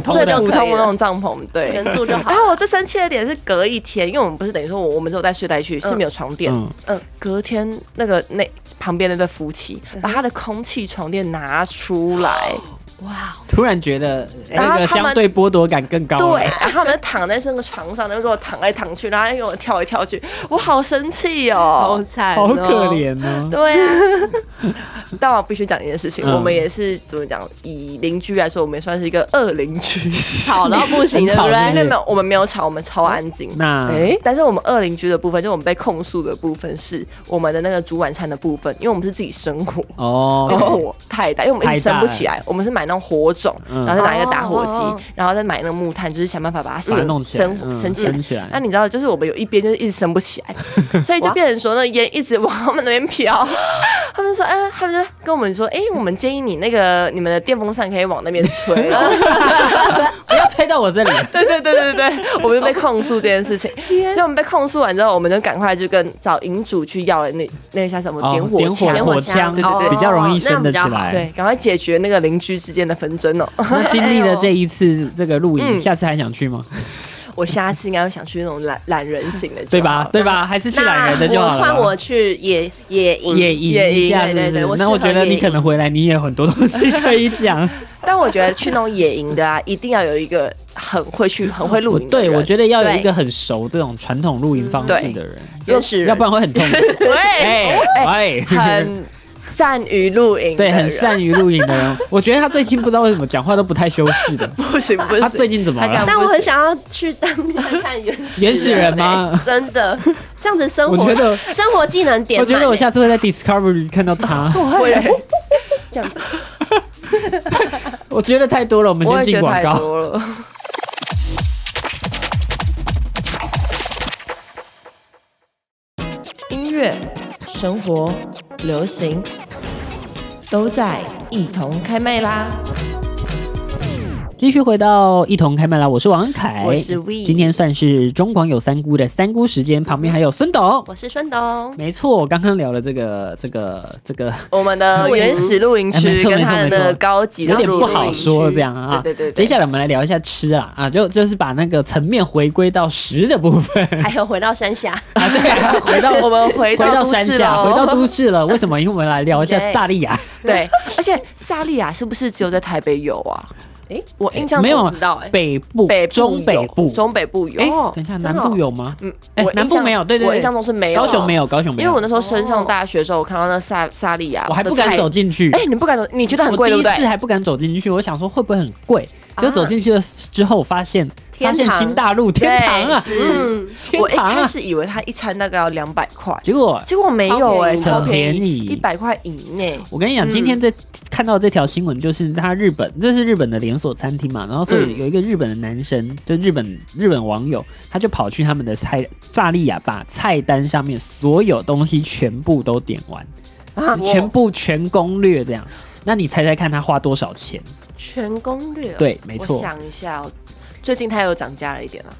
Speaker 2: 通的那种帐篷，对
Speaker 3: 能。住就 好
Speaker 2: 然。后我最生气的点是隔一天，因为我们不是等于说我我们只有带睡袋去，是没有床垫。
Speaker 1: 嗯，
Speaker 2: 隔天那个那旁边那对夫妻把他的空气床垫拿出来，
Speaker 3: 哇，
Speaker 1: 突然觉得哎
Speaker 2: 然后
Speaker 1: 那个
Speaker 2: 他们
Speaker 1: 相对剥夺感更高哦啊了。
Speaker 2: 对，然后他们躺在那个床上，然后给我躺来躺去，然后又给我跳来跳去，我好生气哦
Speaker 3: 好。惨，
Speaker 1: 好可。怜哦。
Speaker 2: 对 啊，但我必须讲一件事情，
Speaker 1: 嗯
Speaker 2: 我们也是怎么讲？以邻居来说，我们也算是一个恶邻 居，
Speaker 3: 吵到不行
Speaker 1: 很吵
Speaker 3: 对不
Speaker 1: 是
Speaker 3: 对
Speaker 2: 没
Speaker 1: 不
Speaker 2: 有
Speaker 1: 是
Speaker 2: 没有，我们没有吵，我们超安静。
Speaker 1: 那
Speaker 3: 哎，
Speaker 2: 嗯但是我们恶邻居的部分，就我们被控诉的部分是我们的那个煮晚餐的部分，因为我们是自己生火，因为
Speaker 1: 哦，
Speaker 2: 火太大，因为我们一直生不起来，我们是买那种火种，
Speaker 1: 嗯
Speaker 2: 然后再拿一个打火机，
Speaker 3: 哦哦哦
Speaker 2: 然后再买那个木炭，就是想办法把它
Speaker 1: 把它
Speaker 2: 生
Speaker 1: 弄起来，
Speaker 2: 生
Speaker 1: 嗯
Speaker 2: 生起来。
Speaker 1: 升起
Speaker 2: 那
Speaker 1: 来。
Speaker 2: 你知道，就是我们有一边就是一直升不 起来，所以就变成说那烟一直往他们那边飘。 他们说，哎、他们就跟我们说，哎、我们建议你那个你们的电风扇可以往那边吹。
Speaker 1: 不要吹到我这里，
Speaker 2: 对对对对对，我们就被控诉这件事情，所以我们被控诉完之后，我们就赶快就跟找营主去要了那那个叫什么
Speaker 1: 哦
Speaker 2: 点火
Speaker 1: 点
Speaker 2: 枪。
Speaker 1: 火火枪
Speaker 3: 对对对
Speaker 1: 比较容易
Speaker 3: 哦
Speaker 1: 升得起
Speaker 3: 那比较
Speaker 1: 来。
Speaker 3: 好
Speaker 2: 对，赶快解决那个邻居之间的纷争哦。
Speaker 1: 那经历了这一次这个露营，
Speaker 2: 嗯
Speaker 1: 下次还想去吗？
Speaker 2: 我下次应该会想去那种懒懒人型的，
Speaker 1: 对吧？？对吧？还是去懒人的就
Speaker 3: 那
Speaker 1: 好
Speaker 3: 我
Speaker 1: 了吧。
Speaker 3: 换我去野野营，
Speaker 1: 野营
Speaker 2: 野营
Speaker 1: 一下，是不
Speaker 3: 对对
Speaker 1: 是
Speaker 3: 对我？
Speaker 1: 那
Speaker 3: 适
Speaker 1: 我
Speaker 3: 合
Speaker 1: 觉得
Speaker 3: 野
Speaker 1: 你可
Speaker 3: 营
Speaker 1: 能回来，你也有很多东西 可以讲。
Speaker 2: 但我觉得去那种野营的啊，一定要有一个很会去、很会 露
Speaker 1: 我
Speaker 2: 营的
Speaker 1: 对
Speaker 2: 人。
Speaker 1: 我觉得要有一
Speaker 3: 对
Speaker 1: 个很熟这种传统露营方式
Speaker 2: 对
Speaker 1: 的人，
Speaker 3: 原始人
Speaker 1: 要不然会很痛苦。
Speaker 2: 对，
Speaker 1: 哎 哎，
Speaker 2: 很善于露 营，
Speaker 1: 对，很，善于露营的人，我觉得他最近不知道为什么讲话都不太修饰的。
Speaker 2: 不行不行。
Speaker 1: 他最近怎么
Speaker 2: 他这
Speaker 1: 了
Speaker 2: 样？
Speaker 3: 但我很想要去当看看原始
Speaker 1: 原始人吗？
Speaker 3: 真的，这样子生
Speaker 1: 我
Speaker 3: 活
Speaker 1: 觉得，
Speaker 3: 生活技能点
Speaker 1: 我
Speaker 3: 满欸，
Speaker 1: 觉得我下次会在 Discovery 看到 他。
Speaker 2: 我也
Speaker 3: 这样子
Speaker 1: 我觉得太多了，我们
Speaker 2: 我也
Speaker 1: 先进
Speaker 2: 觉得
Speaker 1: 广
Speaker 2: 太
Speaker 1: 告。
Speaker 2: 多了。音乐、生活、流行，都在一同开麦啦！
Speaker 1: 继续回到一同开麦啦，我是王恩凯，
Speaker 3: 我是 We
Speaker 1: 今天算是中广有三姑的三姑时间，旁边还有孙董。
Speaker 3: 我是顺 东，
Speaker 1: 没错，我刚刚聊了这个这个这个，
Speaker 2: 我们的原始露营
Speaker 1: 哎没
Speaker 2: 区
Speaker 1: 错
Speaker 2: 跟他
Speaker 1: 没错没错
Speaker 2: 的高级的
Speaker 1: 有点
Speaker 2: 露
Speaker 1: 不
Speaker 2: 营
Speaker 1: 好
Speaker 2: 区
Speaker 1: 说这样啊。
Speaker 2: 对对对对
Speaker 1: 接下来我们来聊一下吃啊啊，就就是把那个层面回归到食的部分
Speaker 3: 还有回到 山下，
Speaker 1: 啊，对啊，回到
Speaker 2: 我们
Speaker 1: 回
Speaker 2: 回
Speaker 1: 到
Speaker 2: 到都
Speaker 1: 山
Speaker 2: 市
Speaker 1: 下，
Speaker 2: 了，哦
Speaker 1: 回到 都市了。为什么？因为我们来聊一下
Speaker 2: 对
Speaker 1: 萨莉亚。
Speaker 2: 对，而且萨莉亚是不是只有在台北有啊？
Speaker 3: 诶
Speaker 2: 我印象中
Speaker 1: 没有
Speaker 3: 不知道哎
Speaker 1: 北部、
Speaker 2: 欸北部
Speaker 1: 中北
Speaker 2: 有
Speaker 1: 部、
Speaker 2: 啊中北部有
Speaker 1: 哎、，等一下，
Speaker 2: 真的
Speaker 1: 南
Speaker 2: 哦
Speaker 1: 部有吗？
Speaker 2: 嗯，
Speaker 1: 哎
Speaker 2: 我印
Speaker 1: 南部
Speaker 2: 象
Speaker 1: 没有对对
Speaker 2: 我
Speaker 1: 对
Speaker 2: 印象中是没有，
Speaker 1: 高雄没
Speaker 2: 有，
Speaker 1: 有，高雄没
Speaker 2: 因
Speaker 1: 有。
Speaker 2: 为我那时候升上大学的时候，我看到那萨萨莉亚，
Speaker 1: 我还不敢走。进去。
Speaker 2: 哎，你不敢走，你觉得很
Speaker 1: 我
Speaker 2: 贵
Speaker 1: 第
Speaker 2: 对
Speaker 1: 一
Speaker 2: 不
Speaker 1: 次
Speaker 2: 对？
Speaker 1: 还不敢走进去，我想说会不会很贵，
Speaker 3: 啊
Speaker 1: 就走进去了之后发现，发
Speaker 3: 天
Speaker 1: 现
Speaker 3: 堂
Speaker 1: 新大陆天堂啊，
Speaker 2: 对是
Speaker 3: 嗯，
Speaker 1: 天
Speaker 2: 我一
Speaker 1: 堂
Speaker 2: 开
Speaker 1: 啊！
Speaker 2: 始以为它一餐大概要两百块，
Speaker 1: 结果
Speaker 2: 结果没有哎，
Speaker 1: 超
Speaker 2: 超便
Speaker 1: 便宜
Speaker 2: 宜，一百块以内。
Speaker 1: 我跟你讲，
Speaker 3: 嗯
Speaker 1: 今天这看到这条新闻，就是他日本，这是日本的连锁餐厅嘛，然后所以
Speaker 3: 嗯
Speaker 1: 有一个日本的男生，就日本日本网友，他就跑去他们的菜萨莉亚，把菜单上面所有东西全部都点完，
Speaker 3: 啊
Speaker 1: 全部全攻略这样。那你猜猜看他花多少钱？
Speaker 3: 全攻略，，
Speaker 1: 对，没
Speaker 2: 我
Speaker 1: 错，
Speaker 2: 想一下哦，最近它有涨价了一点啊，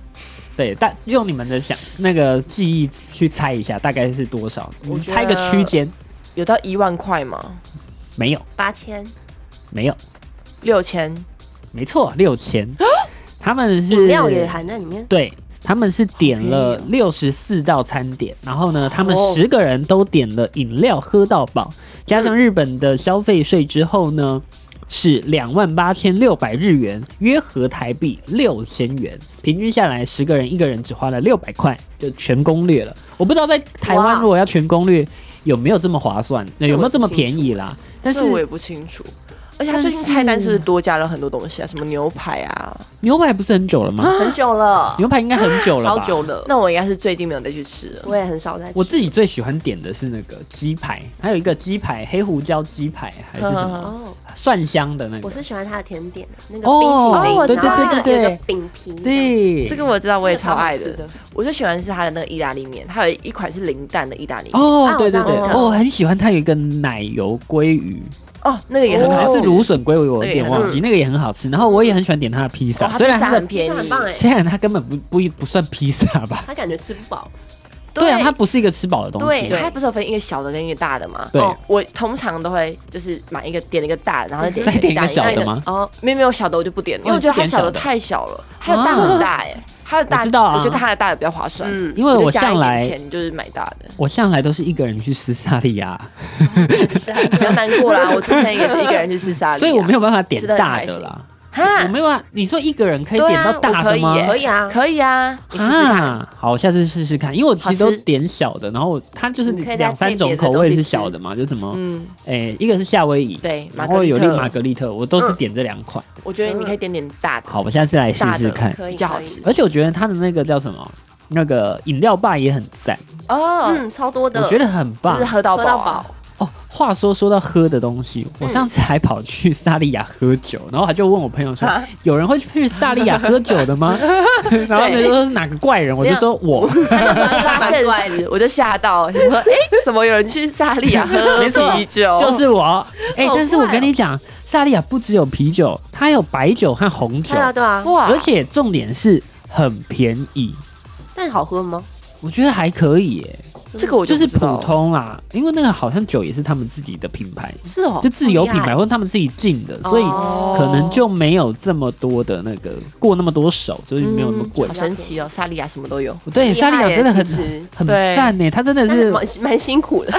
Speaker 1: 对，但用你们的想那个记忆去猜一下，大概是多少？
Speaker 2: 我
Speaker 1: 你
Speaker 2: 觉
Speaker 1: 猜个
Speaker 2: 得
Speaker 1: 区间？
Speaker 2: 有到一万块吗？
Speaker 1: 没有，
Speaker 3: 八千
Speaker 1: 没有，
Speaker 2: 六千，
Speaker 1: 没错，六 千。他们是
Speaker 3: 饮料也含在里面，
Speaker 1: 对，他们是点了
Speaker 2: 好
Speaker 1: 六十四道餐点，然后呢，他们
Speaker 3: 哦
Speaker 1: 十个人都点了饮料喝到饱，加上日本的消费税之后呢，是两万八千六百日元，约合台币六千元。平均下来，十个人一个人只花了六百块，就全攻略了。我不知道在台湾
Speaker 3: 哇
Speaker 1: 如果要全攻略有没有这么划算，那有没有这么
Speaker 3: 这我不清
Speaker 1: 便宜啦？但是
Speaker 2: 这我也不清楚。而且他最近菜单是不是多加了很多东西啊？什么牛排啊？
Speaker 1: 牛排不是很久了吗？
Speaker 3: 很久了，
Speaker 1: 牛排应该很久了
Speaker 3: 啊好
Speaker 1: 吧？
Speaker 3: 久了。
Speaker 2: 那我应该是最近没有再去吃了。
Speaker 3: 我也很少在吃。
Speaker 1: 我自己最喜欢点的是那个鸡排，还有一个鸡排黑胡椒鸡排还是什么
Speaker 3: 哦，
Speaker 1: 蒜香的那
Speaker 3: 我
Speaker 1: 个，
Speaker 3: 是喜欢它的甜点，啊那个
Speaker 1: 哦
Speaker 3: 冰淇淋，
Speaker 2: 哦我知道
Speaker 3: 然后它
Speaker 1: 对
Speaker 2: 对
Speaker 1: 对
Speaker 3: 有一个饼皮，，
Speaker 1: 对，
Speaker 2: 这个我知道，我也超爱
Speaker 3: 那个超
Speaker 2: 的
Speaker 3: 好吃。
Speaker 2: 我最喜欢的是它的那个意大利面，它有一款是零蛋的意大利面。
Speaker 1: 哦
Speaker 3: 啊，
Speaker 1: 对
Speaker 3: 我知
Speaker 1: 对
Speaker 3: 道
Speaker 1: 对，
Speaker 3: 我知
Speaker 1: 哦
Speaker 3: 道
Speaker 1: 我很喜欢它有一个奶油鲑鱼，
Speaker 2: 哦，那个也很
Speaker 3: 哦
Speaker 1: 还
Speaker 2: 好
Speaker 1: 是
Speaker 2: 吃。
Speaker 1: 芦笋鲑鱼，我有点
Speaker 2: 那个也很
Speaker 1: 忘记，那个也很好吃。然后我也很喜欢点它的披萨
Speaker 2: 哦，它
Speaker 1: 虽然
Speaker 2: 披萨
Speaker 1: 它的欸
Speaker 2: 很便宜
Speaker 3: 这很棒哎，
Speaker 1: 虽然它根本不不不算披萨 吧，
Speaker 3: 它感觉吃不饱，
Speaker 1: 对啊，它不是一个吃饱的东
Speaker 2: 对，
Speaker 1: 西，啊
Speaker 2: 它不是有分一个小的跟一个大的吗？
Speaker 1: 对
Speaker 2: 哦我通常都会就是买一个点一个大的，然后再点
Speaker 1: 再点一
Speaker 2: 大
Speaker 1: 个
Speaker 2: 的
Speaker 1: 小的？吗？
Speaker 2: 哦，没有没有小的我就不点了，因为我觉得它小的太小了，它的大很大哎，它的大
Speaker 1: 我知道啊
Speaker 2: 我觉得它的大的比较划算。
Speaker 3: 嗯，
Speaker 1: 因为我
Speaker 2: 就加一
Speaker 1: 向
Speaker 2: 点
Speaker 1: 来
Speaker 2: 钱就是买大的，
Speaker 1: 我向来都是一个人去斯沙利亚，
Speaker 3: 是啊
Speaker 2: 不要难过啦。我之前也是一个人去吃沙拉，
Speaker 1: 所以我没有办法点
Speaker 2: 吃得很
Speaker 1: 大
Speaker 2: 开
Speaker 1: 的
Speaker 2: 心
Speaker 1: 啦。
Speaker 2: 哈
Speaker 1: 我没有办法，你说一个人可以
Speaker 2: 对
Speaker 1: 点
Speaker 2: 啊
Speaker 1: 到大
Speaker 2: 我可
Speaker 1: 的
Speaker 2: 以
Speaker 1: 吗？
Speaker 2: 耶
Speaker 3: 可以啊，
Speaker 2: 可以啊，你试试看。
Speaker 1: 啊，好，我下次试试看，因为我其实
Speaker 2: 好
Speaker 1: 都
Speaker 2: 吃
Speaker 1: 点小的，然后它就是
Speaker 3: 你可以再
Speaker 1: 两三种口味是小的嘛，就什么，
Speaker 2: 嗯，
Speaker 1: 诶、一个是夏威夷，
Speaker 2: 对
Speaker 1: 然
Speaker 2: 玛格
Speaker 1: 后
Speaker 2: 丽
Speaker 1: 有
Speaker 2: 特嗯
Speaker 1: 另玛格丽特，我都只点这两款。
Speaker 2: 我觉得你可以
Speaker 1: 嗯
Speaker 2: 点点大的，
Speaker 1: 好，我下次来试试看。
Speaker 3: 可以
Speaker 2: 比较好吃
Speaker 1: 而且我觉得它的那个叫什么，那个饮料吧也很赞，
Speaker 2: 哦，
Speaker 3: 嗯，超多的，
Speaker 1: 我觉得 很
Speaker 2: 就是嗯
Speaker 1: 棒。
Speaker 2: 喝到
Speaker 3: 喝到
Speaker 2: 饱啊。
Speaker 3: 饱，
Speaker 1: 哦，话说说到喝的东西，我上次还跑去萨利亚喝酒，然后还就问我朋友
Speaker 2: 啊
Speaker 1: 说，有人会去萨利亚喝酒的 吗？然后他们就说是哪个怪人，我就说我，
Speaker 2: 发现时，我就吓到，你说 哎，怎么有人去萨利亚 喝
Speaker 1: 没错
Speaker 2: 啤酒？
Speaker 1: 就是我。哎、
Speaker 3: 哦好
Speaker 1: 但是我
Speaker 3: 怪哦
Speaker 1: 跟你讲，萨利亚不只有啤酒，它还有白酒和红酒
Speaker 3: 对，啊对啊，
Speaker 2: 哇，
Speaker 1: 而且重点是很便宜，
Speaker 3: 但好喝吗？
Speaker 1: 我觉得还可以耶，
Speaker 2: 这个我
Speaker 1: 就是
Speaker 2: 不知道
Speaker 1: 普通啦，因为那个好像酒也是他们自己的品牌，
Speaker 3: 是哦，
Speaker 1: 就自有品
Speaker 3: 好厉
Speaker 1: 牌
Speaker 3: 害
Speaker 1: 或者他们自己进的，所以
Speaker 3: 哦
Speaker 1: 可能就没有这么多的那个过那么多手，就是没有那么贵啊
Speaker 2: 好。神奇哦，萨利亚什么都有，
Speaker 1: 对，
Speaker 3: 厉害
Speaker 1: 萨利亚真的很
Speaker 3: 耶 嗯其实
Speaker 1: 很
Speaker 2: 对
Speaker 1: 赞呢，他真的
Speaker 3: 但
Speaker 1: 是
Speaker 3: 是蛮蛮辛苦 的，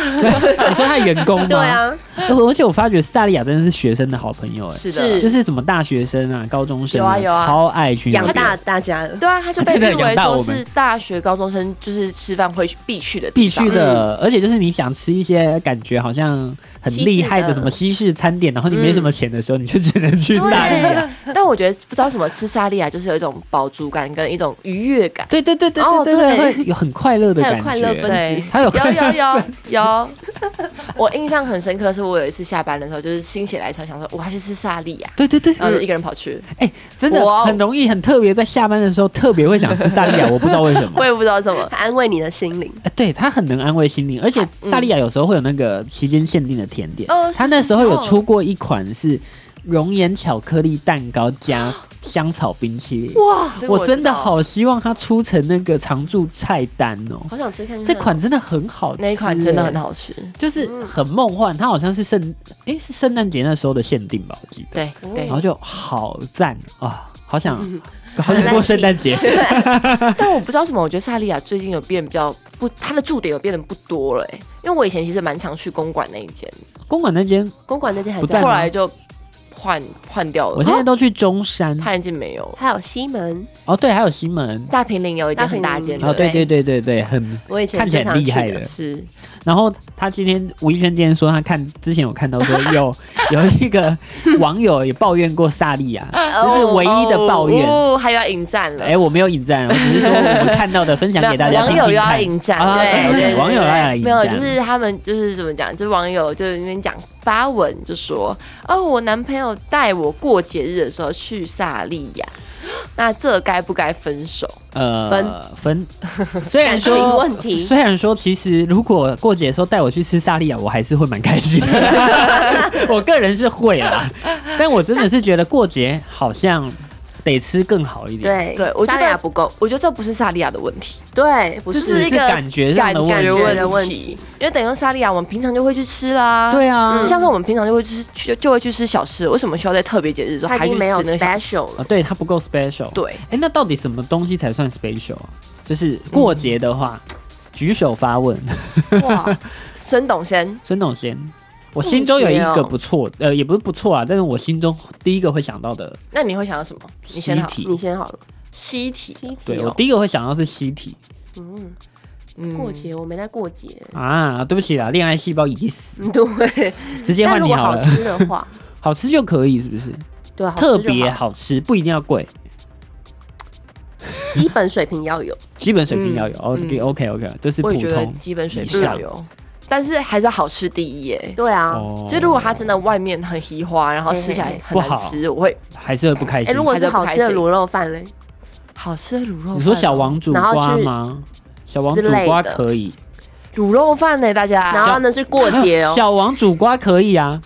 Speaker 1: 你说他员工吗？
Speaker 3: 对啊，
Speaker 1: 哎 我而且我发觉萨利亚真的是学生的好朋友哎，
Speaker 2: 是
Speaker 3: 是
Speaker 2: 的，
Speaker 1: 就是什么大学生啊、高中生
Speaker 2: 有啊有啊
Speaker 1: 超爱去那
Speaker 3: 养
Speaker 1: 边
Speaker 3: 大大家了，
Speaker 2: 对啊，他就被
Speaker 1: 真的
Speaker 2: 认为
Speaker 1: 养大我
Speaker 2: 说
Speaker 1: 们
Speaker 2: 是大学高中生就是吃饭会必去的地
Speaker 1: 必
Speaker 2: 方，
Speaker 1: 须的，
Speaker 2: 嗯
Speaker 1: 而且就是你想吃一些感觉好像很厉害的
Speaker 3: 西式的
Speaker 1: 什么西式餐点，然后你没什么钱的时候，你就只能去萨利 亚。
Speaker 2: 但我觉得不知道为什么吃沙利亚就是有一种饱足感跟一种愉悦感。
Speaker 1: 对对对对
Speaker 3: 哦
Speaker 1: 对对，
Speaker 3: 对
Speaker 1: 会有很快乐的
Speaker 3: 还
Speaker 1: 感
Speaker 3: 有快乐
Speaker 1: 觉。
Speaker 3: 分
Speaker 2: 对
Speaker 3: 子，
Speaker 1: 还 有
Speaker 2: 有有有有， 我印象很深刻，是我有一次下班的时候，就是心血来潮，想说我要去吃沙利亚，
Speaker 1: 对对对，
Speaker 2: 然
Speaker 3: 嗯
Speaker 2: 后就一个人跑去，
Speaker 1: 哎，真的
Speaker 2: 哇哦
Speaker 1: 很容易，很特别，在下班的时候特别会想吃萨利亚，我不知道为什么
Speaker 2: 我。也不知道怎么。
Speaker 3: 它安慰你的心灵，
Speaker 1: 哎对它很能安慰心灵，而且萨利亚有时候会有那个期间限定的甜点
Speaker 2: 嗯哦，是
Speaker 1: 它那时候
Speaker 2: 是
Speaker 1: 有
Speaker 2: 哦
Speaker 1: 出过一款是熔岩巧克力蛋糕加香草冰淇淋。
Speaker 2: 哦哇，这个
Speaker 1: 我真的
Speaker 2: 知道
Speaker 1: 好希望它出成那个常驻菜单哦。
Speaker 3: 好想吃看看
Speaker 1: 这 款真的很好吃、
Speaker 2: 那一款真的很
Speaker 1: 好，
Speaker 2: 好嗯吃，
Speaker 1: 就是很梦幻。它好像是圣，诶，是圣诞节那时候的限定吧，我记得。
Speaker 2: 对对嗯
Speaker 1: 然。后就好赞啊，好想，好想过圣诞节。
Speaker 2: 但我不知道为什么，我觉得萨莉亚最近有变比较不，它的驻点有变得不多了、欸，因为我以前其实蛮常去公馆那一间，
Speaker 1: 公馆那间，
Speaker 3: 公馆那间还
Speaker 1: 不在
Speaker 3: 在
Speaker 1: 吗
Speaker 2: 后来就换换掉了。
Speaker 1: 我现在都去中山。
Speaker 2: 它已经没有
Speaker 3: 还有西门，
Speaker 1: 哦，对，还有西门。
Speaker 2: 大平林有一间很大间
Speaker 1: 哦，
Speaker 2: 的，
Speaker 1: 对对对对对，很
Speaker 3: 我以前
Speaker 1: 看起来很
Speaker 3: 经常
Speaker 1: 厉害
Speaker 3: 去
Speaker 1: 的。
Speaker 2: 是
Speaker 1: 然后他今天吴亦轩今天说，他看之前有看到说有有一个网友也抱怨过萨莉亚，这是唯一的抱怨。
Speaker 2: 哦哦，哦还要引战了
Speaker 1: 哎、。我没有引战，我只是说我们看到的，分享给大家
Speaker 2: 网
Speaker 1: 听听
Speaker 2: 友
Speaker 1: 看。
Speaker 2: 又要引战，
Speaker 1: 啊，
Speaker 3: 对
Speaker 1: 对
Speaker 3: 对
Speaker 1: 对，
Speaker 3: 对
Speaker 1: 网友来引
Speaker 2: 没有，
Speaker 1: 战，
Speaker 2: 就是他们就是怎么讲，就是网友就那边讲发文就说，哦，我男朋友带我过节日的时候去萨莉亚， 那这该不该分手？
Speaker 1: 呃分分，虽然
Speaker 3: 感情
Speaker 1: 说
Speaker 3: 问题
Speaker 1: 虽然说其实如果过节的时候带我去吃萨莉亚，我还是会蛮开心的。 我个人是会啦，但我真的是觉得过节好像得吃更好一点。
Speaker 3: 对
Speaker 2: 对我觉得
Speaker 3: 沙雅不够，
Speaker 2: 哦我觉得这不是萨莉亚的问题，
Speaker 3: 对，不
Speaker 1: 这
Speaker 2: 就
Speaker 1: 只
Speaker 2: 是
Speaker 1: 是
Speaker 2: 一个
Speaker 1: 感觉上的
Speaker 2: 感
Speaker 1: 问
Speaker 2: 觉
Speaker 1: 题。
Speaker 3: 问
Speaker 2: 的问题，因为等于说沙莉亚，我们平常就会去吃啦。
Speaker 1: 对啊
Speaker 2: 嗯，像是我们平常就会去吃，就就会去吃小吃，为什么需要在特别节日的时候
Speaker 3: 它
Speaker 2: 还
Speaker 3: 已
Speaker 2: 去吃
Speaker 3: 经没有
Speaker 2: 那个小吃？
Speaker 3: special 了。
Speaker 1: 啊，对，它不够 special。
Speaker 2: 对，
Speaker 1: 哎、那到底什么东西才算 special 啊？就是
Speaker 2: 嗯
Speaker 1: 过节的话，举手发问，
Speaker 2: 哇，孙董先，
Speaker 1: 孙董先。我心中有一
Speaker 3: 不
Speaker 1: 个
Speaker 3: 解哦
Speaker 1: 不错，呃，也不是不错啊，但是我心中第一个会想到的
Speaker 2: 那你会想到什么？你
Speaker 1: 西
Speaker 2: 先好，
Speaker 3: 你
Speaker 1: 体，
Speaker 3: 先好了，
Speaker 2: 西体，
Speaker 3: 西体
Speaker 1: 对我
Speaker 3: 哦，
Speaker 1: 第一个会想到是西体
Speaker 3: 嗯，
Speaker 2: 嗯
Speaker 3: 过节我没在过节，
Speaker 1: 啊，对不起啦，恋爱细胞已死，
Speaker 3: 对，
Speaker 2: 嗯
Speaker 1: 直接
Speaker 3: 但
Speaker 1: 换
Speaker 3: 如
Speaker 1: 你
Speaker 3: 果
Speaker 1: 好
Speaker 3: 好
Speaker 1: 了，
Speaker 3: 吃的话，
Speaker 1: 好吃就可以是不是？
Speaker 3: 对，好吃就
Speaker 1: 特
Speaker 3: 好
Speaker 1: 别好吃，不一定要贵，
Speaker 3: 基本水平要有，
Speaker 1: 基本水平要有。
Speaker 2: 嗯嗯
Speaker 1: OK OK OK，就是
Speaker 2: 我
Speaker 1: 普
Speaker 2: 也觉得
Speaker 1: 通
Speaker 2: 基本水
Speaker 1: 以
Speaker 2: 平
Speaker 1: 上
Speaker 2: 要有，但是还是要好吃第一耶。
Speaker 3: 对啊，
Speaker 1: 哦
Speaker 2: 就如果它真的外面很稀花，然后吃起来很
Speaker 1: 不
Speaker 2: 难
Speaker 1: 好
Speaker 2: 吃，我会
Speaker 1: 还是会不开
Speaker 3: 哎，
Speaker 1: 心。
Speaker 3: 如果是好吃的
Speaker 2: 还是不
Speaker 3: 卤肉饭嘞，
Speaker 2: 好吃的卤肉饭哦。
Speaker 1: 你说小王煮
Speaker 3: 然
Speaker 1: 瓜
Speaker 3: 后去
Speaker 1: 吗？小王
Speaker 3: 之
Speaker 1: 煮
Speaker 3: 类
Speaker 1: 瓜
Speaker 3: 的
Speaker 1: 可以，啊
Speaker 2: 卤肉饭呢，大
Speaker 3: 然
Speaker 2: 家
Speaker 3: 后呢是过节哦，
Speaker 1: 小王煮瓜可以啊，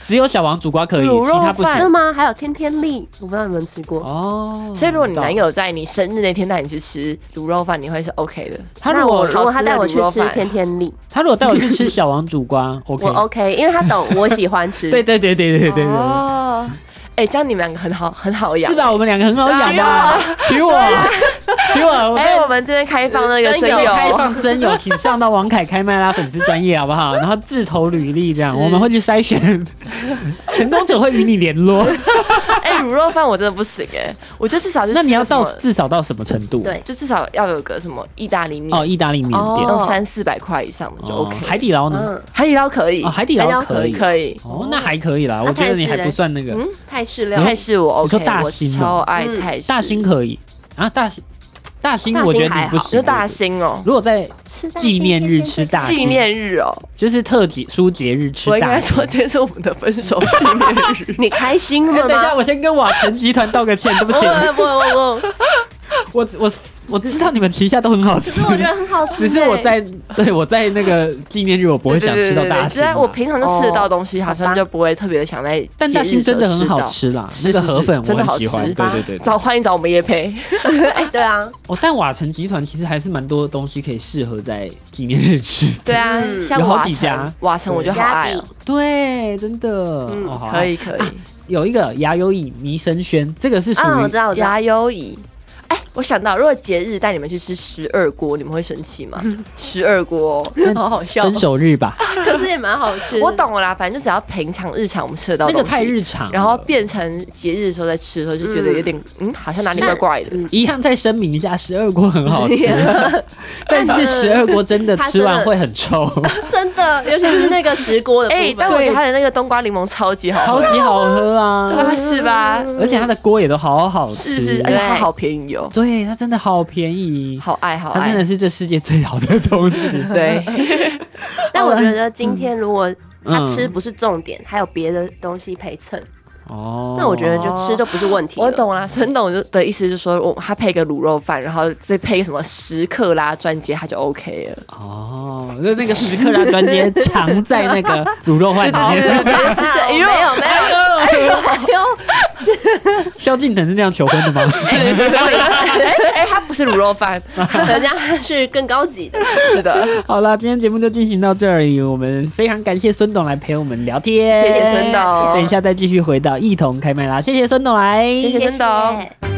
Speaker 1: 只有小王煮瓜可以，
Speaker 2: 卤
Speaker 1: 其
Speaker 2: 肉
Speaker 1: 他不
Speaker 2: 饭嗯
Speaker 1: 行
Speaker 3: 是。吗？还有天天粒，我不知道你们吃过，
Speaker 1: 哦，
Speaker 2: 所以如果你男
Speaker 1: 知道
Speaker 2: 友在你生日那天带你去吃卤肉饭，你会是 OK 的。
Speaker 1: 他
Speaker 3: 那
Speaker 1: 如
Speaker 3: 我
Speaker 1: 果
Speaker 3: 如果他带我去
Speaker 2: 好吃的卤
Speaker 3: 吃
Speaker 2: 肉饭
Speaker 3: 天天粒，
Speaker 1: 他如果带我去吃小王煮瓜，OK，
Speaker 3: 我 OK，因为他懂我喜欢吃，
Speaker 1: 对对对对对对对对，
Speaker 2: 哦，哎，这样你们两个很好，很好养。
Speaker 1: 是吧？我们两个很好养
Speaker 2: 对
Speaker 1: 吧？娶我，啊娶我，我
Speaker 2: 哎，
Speaker 1: 在
Speaker 2: 我们这边开放那个
Speaker 1: 真
Speaker 2: 真
Speaker 1: 有
Speaker 2: 友，
Speaker 1: 开放真友，请上到王凯开麦啦粉丝专业好不好？然后自投履历这样，
Speaker 2: 是
Speaker 1: 我们会去筛选， 成功者会与你联络。
Speaker 2: 哎，卤肉饭我真的不行哎，我觉得至少就
Speaker 1: 那你要到
Speaker 2: 吃个什么
Speaker 1: 至少到什么程度？
Speaker 3: 对
Speaker 2: 就至少要有个什么意大利面，
Speaker 1: 哦，意大利面
Speaker 2: 那
Speaker 1: 店
Speaker 2: 种
Speaker 3: 哦
Speaker 2: 三四百块以上的就
Speaker 1: 哦
Speaker 2: OK。
Speaker 1: 海底捞呢？
Speaker 3: 嗯，
Speaker 2: 海底捞可以
Speaker 1: 哦，，海底
Speaker 3: 海底
Speaker 1: 捞
Speaker 3: 捞
Speaker 1: 可以，
Speaker 2: 可以。
Speaker 1: 哦，那还可以啦，我觉得你还不算那个
Speaker 2: 嗯
Speaker 3: 泰式料理
Speaker 2: 泰式我
Speaker 1: 你说
Speaker 2: OK，
Speaker 1: 大
Speaker 2: 我
Speaker 1: 兴哦
Speaker 2: 超爱
Speaker 3: 嗯
Speaker 2: 泰式。
Speaker 1: 大兴可以啊，大兴大兴
Speaker 3: 大兴
Speaker 1: 我觉得
Speaker 3: 还
Speaker 1: 你
Speaker 3: 好
Speaker 1: 不
Speaker 2: 就
Speaker 1: 行。
Speaker 2: 是大兴哦，
Speaker 1: 如果在
Speaker 3: 吃大。
Speaker 1: 纪念日吃大
Speaker 2: 纪
Speaker 1: 兴，
Speaker 2: 念日哦，
Speaker 1: 就是特级书节日吃
Speaker 2: 我应
Speaker 1: 大
Speaker 2: 该
Speaker 1: 兴。
Speaker 2: 说这是我们的分手纪念日
Speaker 3: 你开心了
Speaker 1: 哎
Speaker 3: 吗？
Speaker 1: 等一下，我先跟瓦城集团道个歉，对不起，
Speaker 3: 不不不不，
Speaker 1: 我我我知道你们旗下都很好
Speaker 3: 可
Speaker 1: 吃
Speaker 3: 是，我觉得很好吃欸，
Speaker 1: 只是我在对我在那个纪念日我不会想吃到大
Speaker 2: 只
Speaker 1: 兴啊，哦
Speaker 2: 是我平常就吃得到东西，好
Speaker 3: 好
Speaker 2: 像
Speaker 3: 吧
Speaker 2: 就不会特别的想在。
Speaker 1: 但大兴真的很好，吃啦，
Speaker 2: 是
Speaker 1: 那个
Speaker 2: 是
Speaker 1: 河粉
Speaker 2: 是
Speaker 1: 我
Speaker 2: 真的
Speaker 1: 很
Speaker 2: 好
Speaker 1: 喜欢，
Speaker 2: 吃
Speaker 1: 对对对对。
Speaker 2: 找欢迎找我们叶佩，
Speaker 3: 哎，对啊，
Speaker 1: 哦，但瓦城集团其实还是蛮多东西可以适合在纪念日吃的。
Speaker 2: 对啊，
Speaker 3: 嗯
Speaker 2: 像
Speaker 1: 有好
Speaker 2: 瓦
Speaker 1: 几家
Speaker 2: 城，瓦城我就好爱哦，
Speaker 1: 对，真的，
Speaker 3: 嗯
Speaker 1: 哦，好啊
Speaker 2: 可以可以。
Speaker 1: 有一个牙优以弥生轩，这个是属
Speaker 3: 啊，我
Speaker 1: 于
Speaker 3: 知道，我知道，
Speaker 2: 牙优椅。哎，我想到，如果节日带你们去吃十二锅，你们会生气 吗？十二锅哦，
Speaker 3: 好好笑，
Speaker 1: 分手日吧，
Speaker 3: 可是也蛮好吃。
Speaker 2: 我，懂了啦，反正就只要平常日常我们吃得到
Speaker 1: 那个
Speaker 2: 东西
Speaker 1: 太日常了。
Speaker 2: 然后变成节日的时候再吃的时候，就觉得有点嗯好像哪里怪怪的。
Speaker 1: 一样再声明一下，十二锅很好吃，但是十二锅真的
Speaker 3: 它
Speaker 1: 吃完
Speaker 3: 真的
Speaker 1: 会很臭，
Speaker 3: 真的，尤其是那个石锅的部
Speaker 2: 哎、
Speaker 3: 分，
Speaker 2: 但我觉得它的那个冬瓜柠檬超级好
Speaker 1: 超
Speaker 2: 喝，
Speaker 1: 级好喝 啊！
Speaker 2: 啊是吧？
Speaker 3: 嗯
Speaker 1: 而且它的锅也都好好
Speaker 2: 是是
Speaker 1: 吃，，
Speaker 2: 而且它
Speaker 3: 对
Speaker 2: 好便宜哦，
Speaker 1: 对，它真的好便宜，
Speaker 2: 好哎爱好
Speaker 1: 它真的
Speaker 2: 爱。
Speaker 1: 是这世界最好的东西。
Speaker 2: 对，
Speaker 3: 但我觉得今天如果他
Speaker 1: 嗯
Speaker 3: 吃不是重点，还有别的东西陪衬，
Speaker 1: 哦，
Speaker 3: 那我觉得就吃就不是问题。
Speaker 2: 哦我， 懂啦。沈董就的意思就是说，我他配个卤肉饭，然后再配什么十克拉专辑，他就 OK 了。
Speaker 1: 哦，就那个时刻让专接藏在那个卤肉饭 里面。
Speaker 3: 啊没有没有
Speaker 1: 哎
Speaker 3: 没有
Speaker 2: 哎
Speaker 3: 没有，
Speaker 1: 萧敬腾是这样求婚的吗？
Speaker 2: 哎哎，他不是卤肉饭，
Speaker 3: 人家是更高级的。
Speaker 2: 是的，
Speaker 1: 好啦，今天节目就进行到这里，我们非常感谢孙董来陪我们聊天，
Speaker 2: 谢谢孙董
Speaker 1: 等一下再继续回到一同开麦啦，谢谢孙董来，
Speaker 2: 谢谢
Speaker 3: 谢
Speaker 2: 真的哦
Speaker 3: 谢